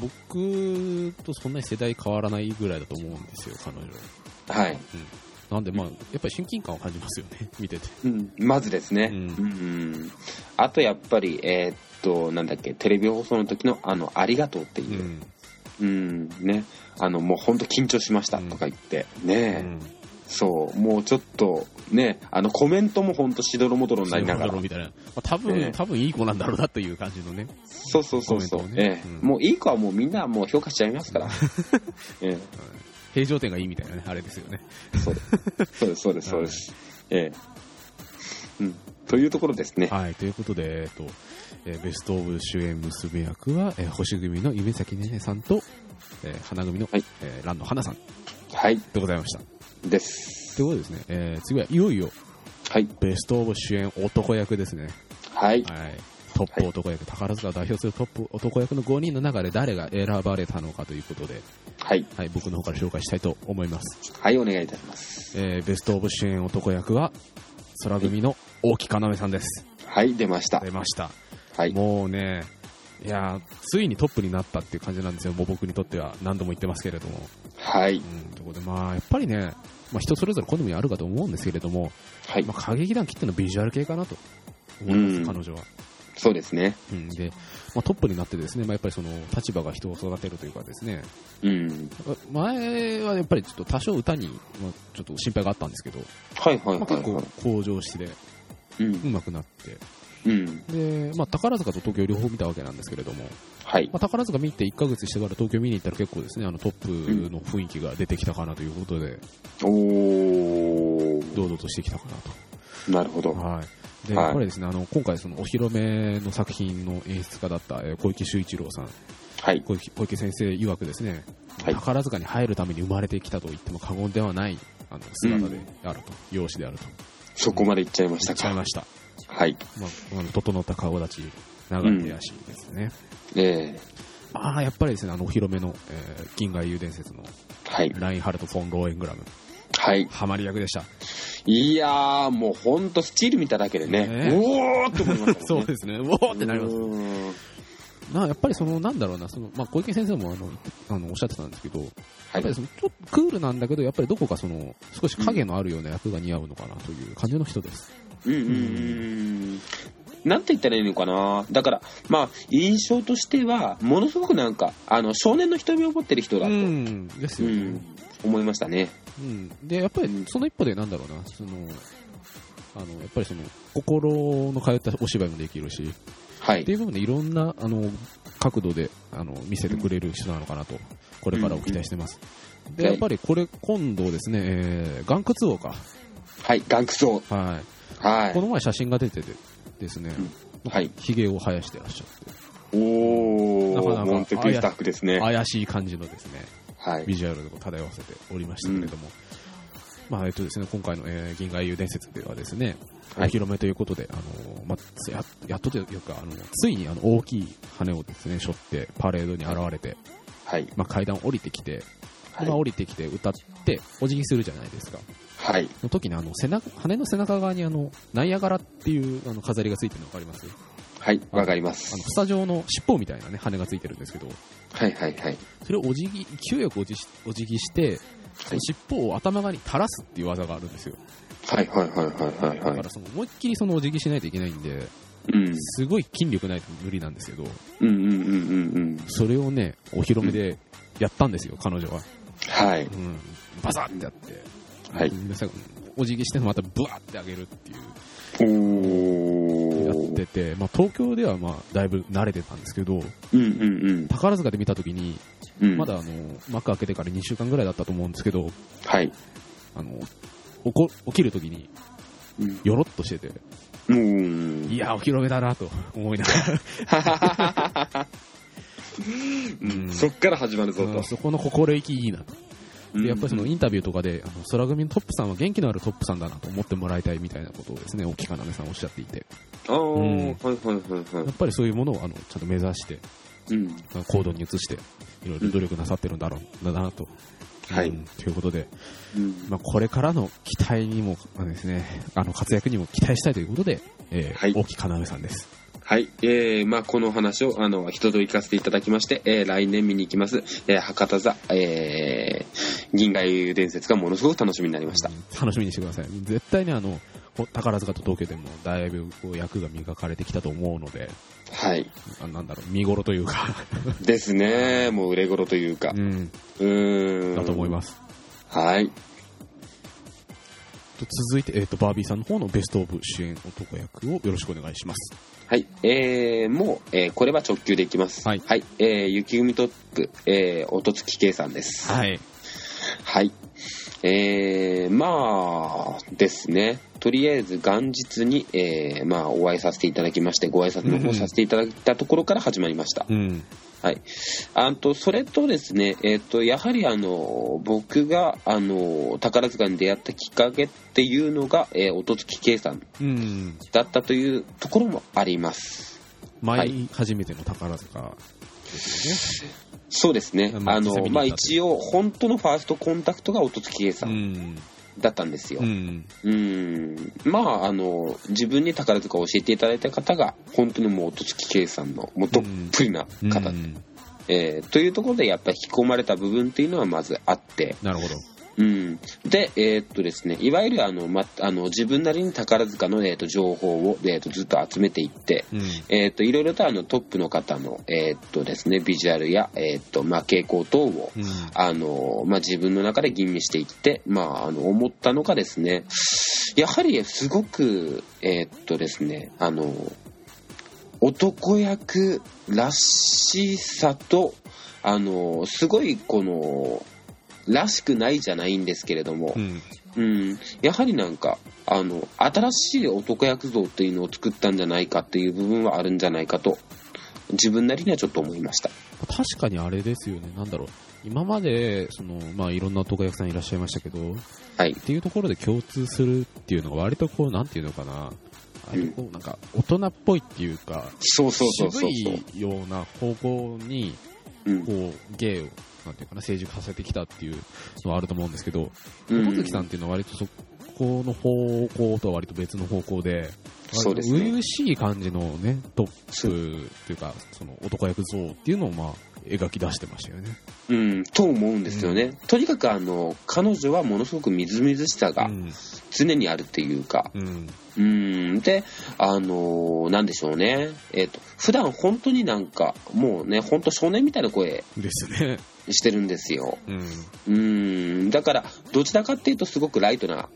[SPEAKER 1] 僕とそんなに世代変わらないぐらいだと思うんですよ、彼女。
[SPEAKER 2] はい。
[SPEAKER 1] なんで、まあ、やっぱり親近感を感じますよね、見てて。
[SPEAKER 2] うん、まずですね。
[SPEAKER 1] う
[SPEAKER 2] うんん。あとやっぱり、えーっと、なんだっけ、テレビ放送の時の、あの、ありがとうって
[SPEAKER 1] う
[SPEAKER 2] いう、
[SPEAKER 1] ん。
[SPEAKER 2] うん、ね。あの、もう本当緊張しましたとか言って、ねえ、そう、もうちょっと、ね、あの、コメントも本当しどろもどろになりながら、
[SPEAKER 1] みたいな。まあ、多分、
[SPEAKER 2] ええ
[SPEAKER 1] 多分いい子なんだろうなという感じのね。
[SPEAKER 2] そうそうそうそう、
[SPEAKER 1] コメントをね
[SPEAKER 2] ええ
[SPEAKER 1] うん
[SPEAKER 2] もういい子はもうみんなもう評価しちゃいますから、 え
[SPEAKER 1] 平常点がいいみたいなね、あれですよね。
[SPEAKER 2] えそうそうですそうですそうです、ええうん、というところですね
[SPEAKER 1] はい、ということで、えっと、えーベストオブ主演娘役は、えー星組の夢咲ねねさんと、えー花組の、
[SPEAKER 2] はい
[SPEAKER 1] えー蘭の花さん
[SPEAKER 2] はい
[SPEAKER 1] でございました。
[SPEAKER 2] です
[SPEAKER 1] ということでですね、えー次はいよいよ、
[SPEAKER 2] はい
[SPEAKER 1] ベストオブ主演男役ですね。
[SPEAKER 2] はい
[SPEAKER 1] はい。トップ男役、宝塚を代表するトップ男役の5人の中で誰が選ばれたのかということで、
[SPEAKER 2] はい
[SPEAKER 1] はい、僕の方から紹介したいと思います。
[SPEAKER 2] はいお願いいたします
[SPEAKER 1] えーベストオブ主演男役は空組の大木かなめさんです
[SPEAKER 2] はい出ました
[SPEAKER 1] 出ました
[SPEAKER 2] はい
[SPEAKER 1] もうねいやーついにトップになったっていう感じなんですよもう僕にとっては何度も言ってますけれども、
[SPEAKER 2] はい
[SPEAKER 1] うん、ということでまあやっぱりね、まあ、人それぞれ好みあるかと思うんですけれども、
[SPEAKER 2] はい
[SPEAKER 1] まあ、歌劇団切ってのビジュアル系かなと思います、
[SPEAKER 2] うん
[SPEAKER 1] 彼女は、
[SPEAKER 2] そうですね
[SPEAKER 1] うんでまあ、トップになってですね、まあ、やっぱりその立場が人を育てるというかですね
[SPEAKER 2] うん
[SPEAKER 1] 前はやっぱりちょっと多少歌に、まあ、ちょっと心配があったんですけど、
[SPEAKER 2] はいはい
[SPEAKER 1] まあ、
[SPEAKER 2] はい
[SPEAKER 1] 結
[SPEAKER 2] は
[SPEAKER 1] 構
[SPEAKER 2] い
[SPEAKER 1] 向上して
[SPEAKER 2] う
[SPEAKER 1] うんまくなって
[SPEAKER 2] うん
[SPEAKER 1] で、まあ、宝塚と東京両方見たわけなんですけれども、
[SPEAKER 2] はい
[SPEAKER 1] まあ、宝塚見て1ヶ月してから東京見に行ったら結構ですねあのトップの雰囲気が出てきたかなということで、
[SPEAKER 2] おお
[SPEAKER 1] 堂々としてきたかな
[SPEAKER 2] なるほ
[SPEAKER 1] と、
[SPEAKER 2] ど
[SPEAKER 1] はいで
[SPEAKER 2] はい
[SPEAKER 1] やっぱりですねあの今回そのお披露目の作品の演出家だったえー小池秀一郎さん
[SPEAKER 2] はい
[SPEAKER 1] 小池小池先生曰くですね、
[SPEAKER 2] はい
[SPEAKER 1] 宝塚に入るために生まれてきたと言っても過言ではないあの姿であると、容姿であると
[SPEAKER 2] そこまでいっちゃいま
[SPEAKER 1] 言
[SPEAKER 2] した
[SPEAKER 1] っちゃい
[SPEAKER 2] か
[SPEAKER 1] ました、
[SPEAKER 2] はい
[SPEAKER 1] まあ、あの整った顔立ち長い手足ですね、
[SPEAKER 2] ええ
[SPEAKER 1] ああ、やっぱりですね、あの、お披露目の、えー銀河英雄伝説の、
[SPEAKER 2] はい
[SPEAKER 1] ラインハルト・フォン・ローエングラム、
[SPEAKER 2] はい
[SPEAKER 1] ハマり役でした。
[SPEAKER 2] いやー、もうほんとスチール見ただけでね、
[SPEAKER 1] ねえ
[SPEAKER 2] おーって思いましたもんね。
[SPEAKER 1] そうですね、うおーってなります。
[SPEAKER 2] うーん
[SPEAKER 1] なやっぱりその、なんだろうな、その、まあ、小池先生も、あの、言ってあのおっしゃってたんですけど、や
[SPEAKER 2] は
[SPEAKER 1] っぱり
[SPEAKER 2] い。
[SPEAKER 1] その、ちょっとクールなんだけど、やっぱりどこかその、少し影のあるような役が似合うのかなという感じの人です。
[SPEAKER 2] うんうんうん。なんて言ったらいいのかなだから、まあ、印象としては、ものすごくなんか、あの、少年の瞳を持ってる人だ
[SPEAKER 1] う
[SPEAKER 2] と、うん、
[SPEAKER 1] ん、ですよね。
[SPEAKER 2] 思いましたね。
[SPEAKER 1] うん。で、やっぱり、その一歩で、なんだろうな、その、あの、やっぱりその、心の通ったお芝居もできるし、
[SPEAKER 2] は
[SPEAKER 1] っ
[SPEAKER 2] い
[SPEAKER 1] て。いう部分でいろんなあの角度であの見せてくれる人なのかなと、これからを期待してます。で、
[SPEAKER 2] はい
[SPEAKER 1] やっぱりこれ、今度ですね、えー、岩窟王か、
[SPEAKER 2] はい、ガンクソ
[SPEAKER 1] は、
[SPEAKER 2] ー。はい
[SPEAKER 1] この前写真が出ててですね、
[SPEAKER 2] い。はい。
[SPEAKER 1] ひげを生やしてらっしゃって、
[SPEAKER 2] おー、
[SPEAKER 1] なかなか
[SPEAKER 2] モンテクリスタックですね。
[SPEAKER 1] 怪しい感じのですね、
[SPEAKER 2] はい。
[SPEAKER 1] ビジュアルを漂わせておりましたけれども、まあ、えっとですね、今回の、えー銀河英雄伝説ではですね、
[SPEAKER 2] は
[SPEAKER 1] お
[SPEAKER 2] い
[SPEAKER 1] 披露目ということで、あのまあ、ややっとというか、あのついにあの大きい羽をですね、背負ってパレードに現れて、
[SPEAKER 2] はい。
[SPEAKER 1] まあ、階段を降りてきて、
[SPEAKER 2] はい
[SPEAKER 1] まあ、降りてきて歌ってお辞儀するじゃないですか
[SPEAKER 2] はい。
[SPEAKER 1] その時にあの背中羽の背中側にあのナイアガラっていうあの飾りがついてるの分かります
[SPEAKER 2] はい、
[SPEAKER 1] あの
[SPEAKER 2] わかりま
[SPEAKER 1] あの、
[SPEAKER 2] す。
[SPEAKER 1] スタジオの尻尾みたいなね、羽がついてるんですけど、
[SPEAKER 2] はいはいはい。
[SPEAKER 1] それをお辞儀、勢いよくおじしお辞儀して、その尻尾を頭側に垂らすっていう技があるんですよ。
[SPEAKER 2] はいはいはいはいは
[SPEAKER 1] だ
[SPEAKER 2] い
[SPEAKER 1] か
[SPEAKER 2] はい。
[SPEAKER 1] らその思いっきりそのお辞儀しないといけないんで、
[SPEAKER 2] うん。
[SPEAKER 1] すごい筋力ないと無理なんですけど、
[SPEAKER 2] うんうんうんうんうん。
[SPEAKER 1] それをね、お披露目でやったんですよ、彼女は。
[SPEAKER 2] はい。
[SPEAKER 1] うん、バサッてやって、
[SPEAKER 2] はい。
[SPEAKER 1] 皆さん、お辞儀してまたブワーって上げるっていう、
[SPEAKER 2] お
[SPEAKER 1] や
[SPEAKER 2] ー。
[SPEAKER 1] ってて、まあ、東京ではまあだいぶ慣れてたんですけど、
[SPEAKER 2] うんうん
[SPEAKER 1] 宝塚で見たときに、
[SPEAKER 2] うんうん。
[SPEAKER 1] ま。だあの幕開けてから2週間ぐらいだったと思うんですけど、
[SPEAKER 2] はい。
[SPEAKER 1] あの起こ起きるときに、
[SPEAKER 2] うん
[SPEAKER 1] よろっとしてて、
[SPEAKER 2] うん。
[SPEAKER 1] いや、お披露目だなと思いながら、
[SPEAKER 2] うんそっから始まるぞ
[SPEAKER 1] うん
[SPEAKER 2] と。
[SPEAKER 1] そこの心意気いいなと、
[SPEAKER 2] うん
[SPEAKER 1] でやっぱりそのインタビューとかで、あの空組のトップさんは元気のあるトップさんだなと思ってもらいたいみたいなことをですね、沖金さんおっしゃっていて、
[SPEAKER 2] あー
[SPEAKER 1] うん
[SPEAKER 2] はいはいはい
[SPEAKER 1] や
[SPEAKER 2] は
[SPEAKER 1] っぱりそういうものをあのちゃんと目指して、
[SPEAKER 2] い。うん。
[SPEAKER 1] 行動に移して、いろいろ努力なさってるんだろうだなと。
[SPEAKER 2] はい
[SPEAKER 1] うんということで、
[SPEAKER 2] うん
[SPEAKER 1] まあ、これからの期待にも、まあですね、あの活躍にも期待したいということで、えー
[SPEAKER 2] はい
[SPEAKER 1] 大木かなめさんです。
[SPEAKER 2] はい。えー、まあ、このお話を、あの、一通り行かせていただきまして、えー、来年見に行きます、えー、博多座、えー、銀河英雄伝説がものすごく楽しみになりました
[SPEAKER 1] う。ん楽しみにしてください。絶対ね、あの、こ宝塚と東京でもだいぶこう役が磨かれてきたと思うので、
[SPEAKER 2] はい。
[SPEAKER 1] あなんだろう、見頃というか、
[SPEAKER 2] ですね。もう売れ頃というか
[SPEAKER 1] う。ん、
[SPEAKER 2] うーん。
[SPEAKER 1] だと思います。
[SPEAKER 2] す。はい。
[SPEAKER 1] と続いて、えっ、と、バービーさんの方のベストオブ主演男役をよろしくお願いします。
[SPEAKER 2] はい。えー、もう、えー、これは直球でいきます。
[SPEAKER 1] はい
[SPEAKER 2] えー、雪組トップ、えー、音月圭さんです。
[SPEAKER 1] はい。
[SPEAKER 2] はい。えー、まあですね、とりあえず元日に、えーまあ、お会いさせていただきまして、ご挨拶の方させていただいたところから始まりました。
[SPEAKER 1] うん。
[SPEAKER 2] はい。あと、それとですね、えっ、と、やはりあの、僕が、あの、宝塚に出会ったきっかけっていうのが、えー、音月圭さん
[SPEAKER 1] うん。
[SPEAKER 2] だったというところもあります。
[SPEAKER 1] 前、
[SPEAKER 2] はい
[SPEAKER 1] 初めての宝塚ですよね。
[SPEAKER 2] そうですね。
[SPEAKER 1] まあ
[SPEAKER 2] あ
[SPEAKER 1] 実際見に行
[SPEAKER 2] の、
[SPEAKER 1] った
[SPEAKER 2] まあ一応、本当のファーストコンタクトが音月圭さん
[SPEAKER 1] ん。
[SPEAKER 2] だったんですよ。
[SPEAKER 1] うん。
[SPEAKER 2] うんまあ、あの、自分に宝塚を教えていただいた方が、本当にもう、音月圭さんの、もう、どっぷりな方、
[SPEAKER 1] うん
[SPEAKER 2] えーというところで、やっぱり引き込まれた部分っていうのはまずあって、
[SPEAKER 1] なるほど。
[SPEAKER 2] うん。で、えーっとですね、いわゆる、あの、ま、あの、自分なりに宝塚の、えーっと、情報を、えーっと、ずっと集めていって、
[SPEAKER 1] うん。
[SPEAKER 2] えーっと、いろいろと、あの、トップの方の、えーっとですね、ビジュアルや、えーっと、まあ、傾向等を、
[SPEAKER 1] うん
[SPEAKER 2] あの、まあ、自分の中で吟味していって、まあ、あの、思ったのがですね、やはりすごく、えーっとですね、あの、男役らしさと、あの、すごいこの、らしくないじゃないんですけれども
[SPEAKER 1] う、ん。
[SPEAKER 2] うん、やはりなんか、あの、新しい男役像っていうのを作ったんじゃないかっていう部分はあるんじゃないかと、自分なりにはちょっと思いました。
[SPEAKER 1] 確かにあれですよね、なんだろう、今までその、まあ、いろんな男役さんいらっしゃいましたけど、
[SPEAKER 2] はい
[SPEAKER 1] っていうところで共通するっていうのが、割とこう、なんていうのかな、あれこうなんか大人っぽいっていうか、
[SPEAKER 2] そうそうそうそうそ
[SPEAKER 1] 渋
[SPEAKER 2] う。
[SPEAKER 1] いような方向に
[SPEAKER 2] うん
[SPEAKER 1] こう芸をなんていうかな成熟させてきたっていうのはあると思うんですけど、
[SPEAKER 2] う
[SPEAKER 1] 小月さんっていうのは割とそこの方向とは割と別の方向で、
[SPEAKER 2] そうです
[SPEAKER 1] 割
[SPEAKER 2] ね
[SPEAKER 1] と初々しい感じのね、トップっていうか、その男役像っていうのをまあ描き出してましたよね。
[SPEAKER 2] うん、と思うんですよね、とにかくあの彼女はものすごくみずみずしさが
[SPEAKER 1] うん
[SPEAKER 2] 常にあるっていうか、
[SPEAKER 1] うん。
[SPEAKER 2] うん、で、あのーなんでしょうね、えっと普段本当になんか、もうね、本当、少年みたいな声
[SPEAKER 1] ですね。
[SPEAKER 2] してるんですよ、
[SPEAKER 1] うん。
[SPEAKER 2] うん、だから、どちらかっていうと、すごくライトな、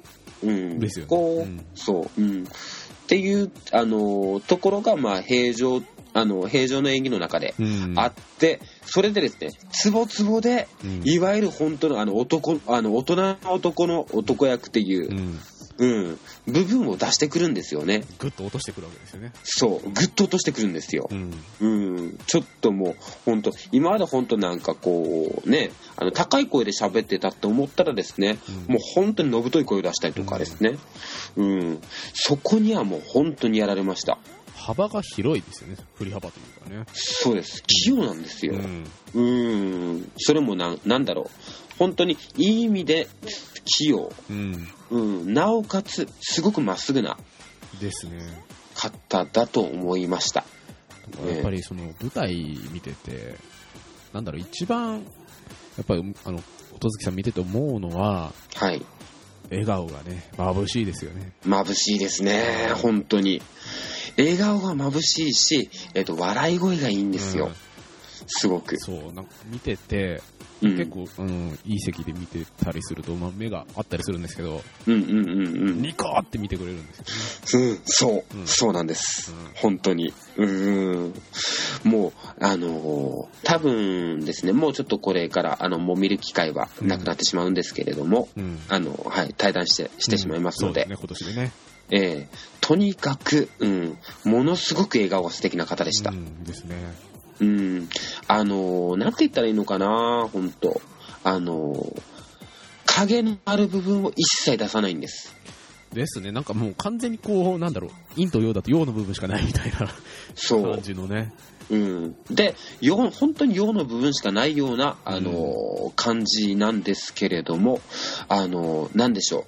[SPEAKER 2] うん、
[SPEAKER 1] ですよね
[SPEAKER 2] こ
[SPEAKER 1] う
[SPEAKER 2] う、
[SPEAKER 1] ん
[SPEAKER 2] そう、うん、っていう、あのーところが、まあ、平常、あの平常の演技の中で
[SPEAKER 1] うん。
[SPEAKER 2] あって、それでですね、つぼつぼで、
[SPEAKER 1] うん、
[SPEAKER 2] いわゆる本当のあの男あの大人の男の男役っていうう、
[SPEAKER 1] ん。
[SPEAKER 2] うん、部分を出してくるんですよね。
[SPEAKER 1] ぐっと落としてくるわけですよね。
[SPEAKER 2] そう、ぐっと落としてくるんですよ
[SPEAKER 1] う。ん。
[SPEAKER 2] うん、ちょっともう、本当今まで本当なんかこう、ね、あの高い声で喋ってたって思ったらですね、
[SPEAKER 1] うん
[SPEAKER 2] もう本当にのぶとい声を出したりとかですね、うん、そこにはもう本当にやられました。
[SPEAKER 1] 幅が広いですよね。振り幅というかね。
[SPEAKER 2] そうです、器用なんですよ。
[SPEAKER 1] うん。
[SPEAKER 2] うーん、それもなんなんだろう、本当にいい意味で器用。
[SPEAKER 1] うん。
[SPEAKER 2] うん、なおかつ、すごくまっすぐな
[SPEAKER 1] ですね。
[SPEAKER 2] 方だと思いました。
[SPEAKER 1] とか、やっぱりその舞台見てて、なんだろう、一番、やっぱり、あの、音月さん見てて思うのは、
[SPEAKER 2] はい。
[SPEAKER 1] 笑顔がね、眩しいですよね。
[SPEAKER 2] 眩しいですね。本当に。笑顔が眩しいし、えっと、笑い声がいいんですよ。すご
[SPEAKER 1] う
[SPEAKER 2] く
[SPEAKER 1] ん。そう、なんか見てて、
[SPEAKER 2] うん
[SPEAKER 1] 結構、うん、いい席で見てたりすると、まあ、目が合ったりするんですけど、
[SPEAKER 2] うんうんうんうん。
[SPEAKER 1] ニコーって見てくれるんですよね。
[SPEAKER 2] うん、そう
[SPEAKER 1] う、ん
[SPEAKER 2] そうなんです。
[SPEAKER 1] うん
[SPEAKER 2] 本当に。うーん。もう、あのー多分ですね、もうちょっとこれから、あの、もう見る機会はなくなってしまうんですけれども、
[SPEAKER 1] うん。
[SPEAKER 2] あの、はい、対談して、してしまいますので、
[SPEAKER 1] うんそうですね、今年でね。
[SPEAKER 2] ええとにかく、うん、ものすごく笑顔が素敵な方でした
[SPEAKER 1] う。ん、ですね。
[SPEAKER 2] うん、あのーなんて言ったらいいのかな、本当あのー影のある部分を一切出さないんです。
[SPEAKER 1] ですね、なんかもう完全にこう、なんだろう、陰と陽だと陽の部分しかないみたいな
[SPEAKER 2] そう。
[SPEAKER 1] 感じのね。
[SPEAKER 2] うん、で、よ本当に陽の部分しかないような、あのー感じなんですけれども、あのーなんでしょう、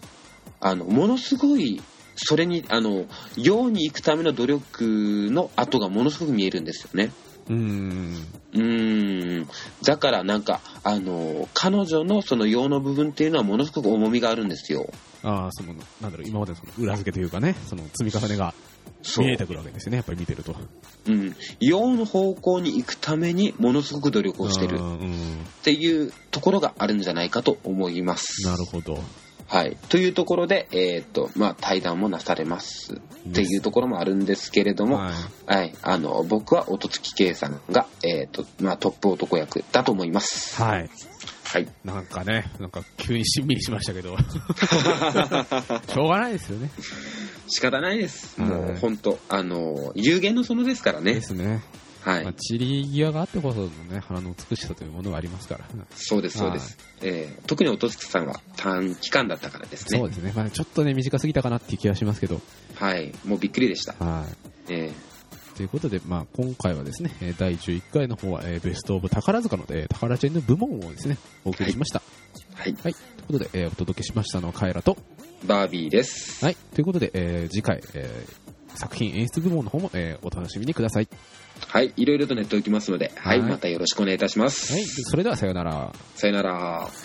[SPEAKER 2] あのものすごい、それに、あの陽に行くための努力の跡がものすごく見えるんですよね。
[SPEAKER 1] うん。
[SPEAKER 2] うんだからなんか、あのー彼女のその陽の部分っていうのはものすごく重みがあるんですよ。
[SPEAKER 1] ああ、その、なんだろう、今までのその裏付けというかね、その積み重ねが
[SPEAKER 2] そう
[SPEAKER 1] 見えてくるわけですよね、やっぱり見てると。
[SPEAKER 2] うん、陽の方向に行くためにものすごく努力をしてる
[SPEAKER 1] う
[SPEAKER 2] っ
[SPEAKER 1] んうん
[SPEAKER 2] ていうところがあるんじゃないかと思います。
[SPEAKER 1] なるほど。
[SPEAKER 2] はい。というところで、えーっと、まあ、対談もなされますっていうところもあるんですけれども、は
[SPEAKER 1] はい
[SPEAKER 2] い、あの、僕は音月圭さんが、えーっと、まあ、トップ男役だと思います。
[SPEAKER 1] はい。
[SPEAKER 2] はい。
[SPEAKER 1] なんかね、なんか急にしんみりしましたけど。 しょうがないですよね。
[SPEAKER 2] 仕方ないです。も
[SPEAKER 1] は
[SPEAKER 2] う、
[SPEAKER 1] い
[SPEAKER 2] 本当あの、有限のそのですからね
[SPEAKER 1] で。すね。
[SPEAKER 2] は
[SPEAKER 1] まあ、
[SPEAKER 2] い。
[SPEAKER 1] 散り際があってこそのね、花の美しさというものがありますから。
[SPEAKER 2] そうです、そうです。えー特に音月さんは短期間だったからです
[SPEAKER 1] そ
[SPEAKER 2] ね
[SPEAKER 1] う。ですね。まあ、ちょっとね、短すぎたかなっていう気がしますけど。
[SPEAKER 2] はい。もうびっくりでした。
[SPEAKER 1] はい。
[SPEAKER 2] え
[SPEAKER 1] ということで、まあ、今回はですね、えー第11回の方は、えーベストオブ宝塚の、えー宝チェンの部門をですね、お送りしました。
[SPEAKER 2] ーはい。
[SPEAKER 1] はい。ということで、えーお届けしましたのはカエラと、
[SPEAKER 2] バービーです。
[SPEAKER 1] はい。ということで、えー次回、えー作品演出部門の方も、えーお楽しみにください。
[SPEAKER 2] はい。いろいろとネットおきますので、はい。
[SPEAKER 1] はい
[SPEAKER 2] またよろしくお願いいたします。
[SPEAKER 1] はい。それでは、さようなら。
[SPEAKER 2] さよなら。
[SPEAKER 3] 「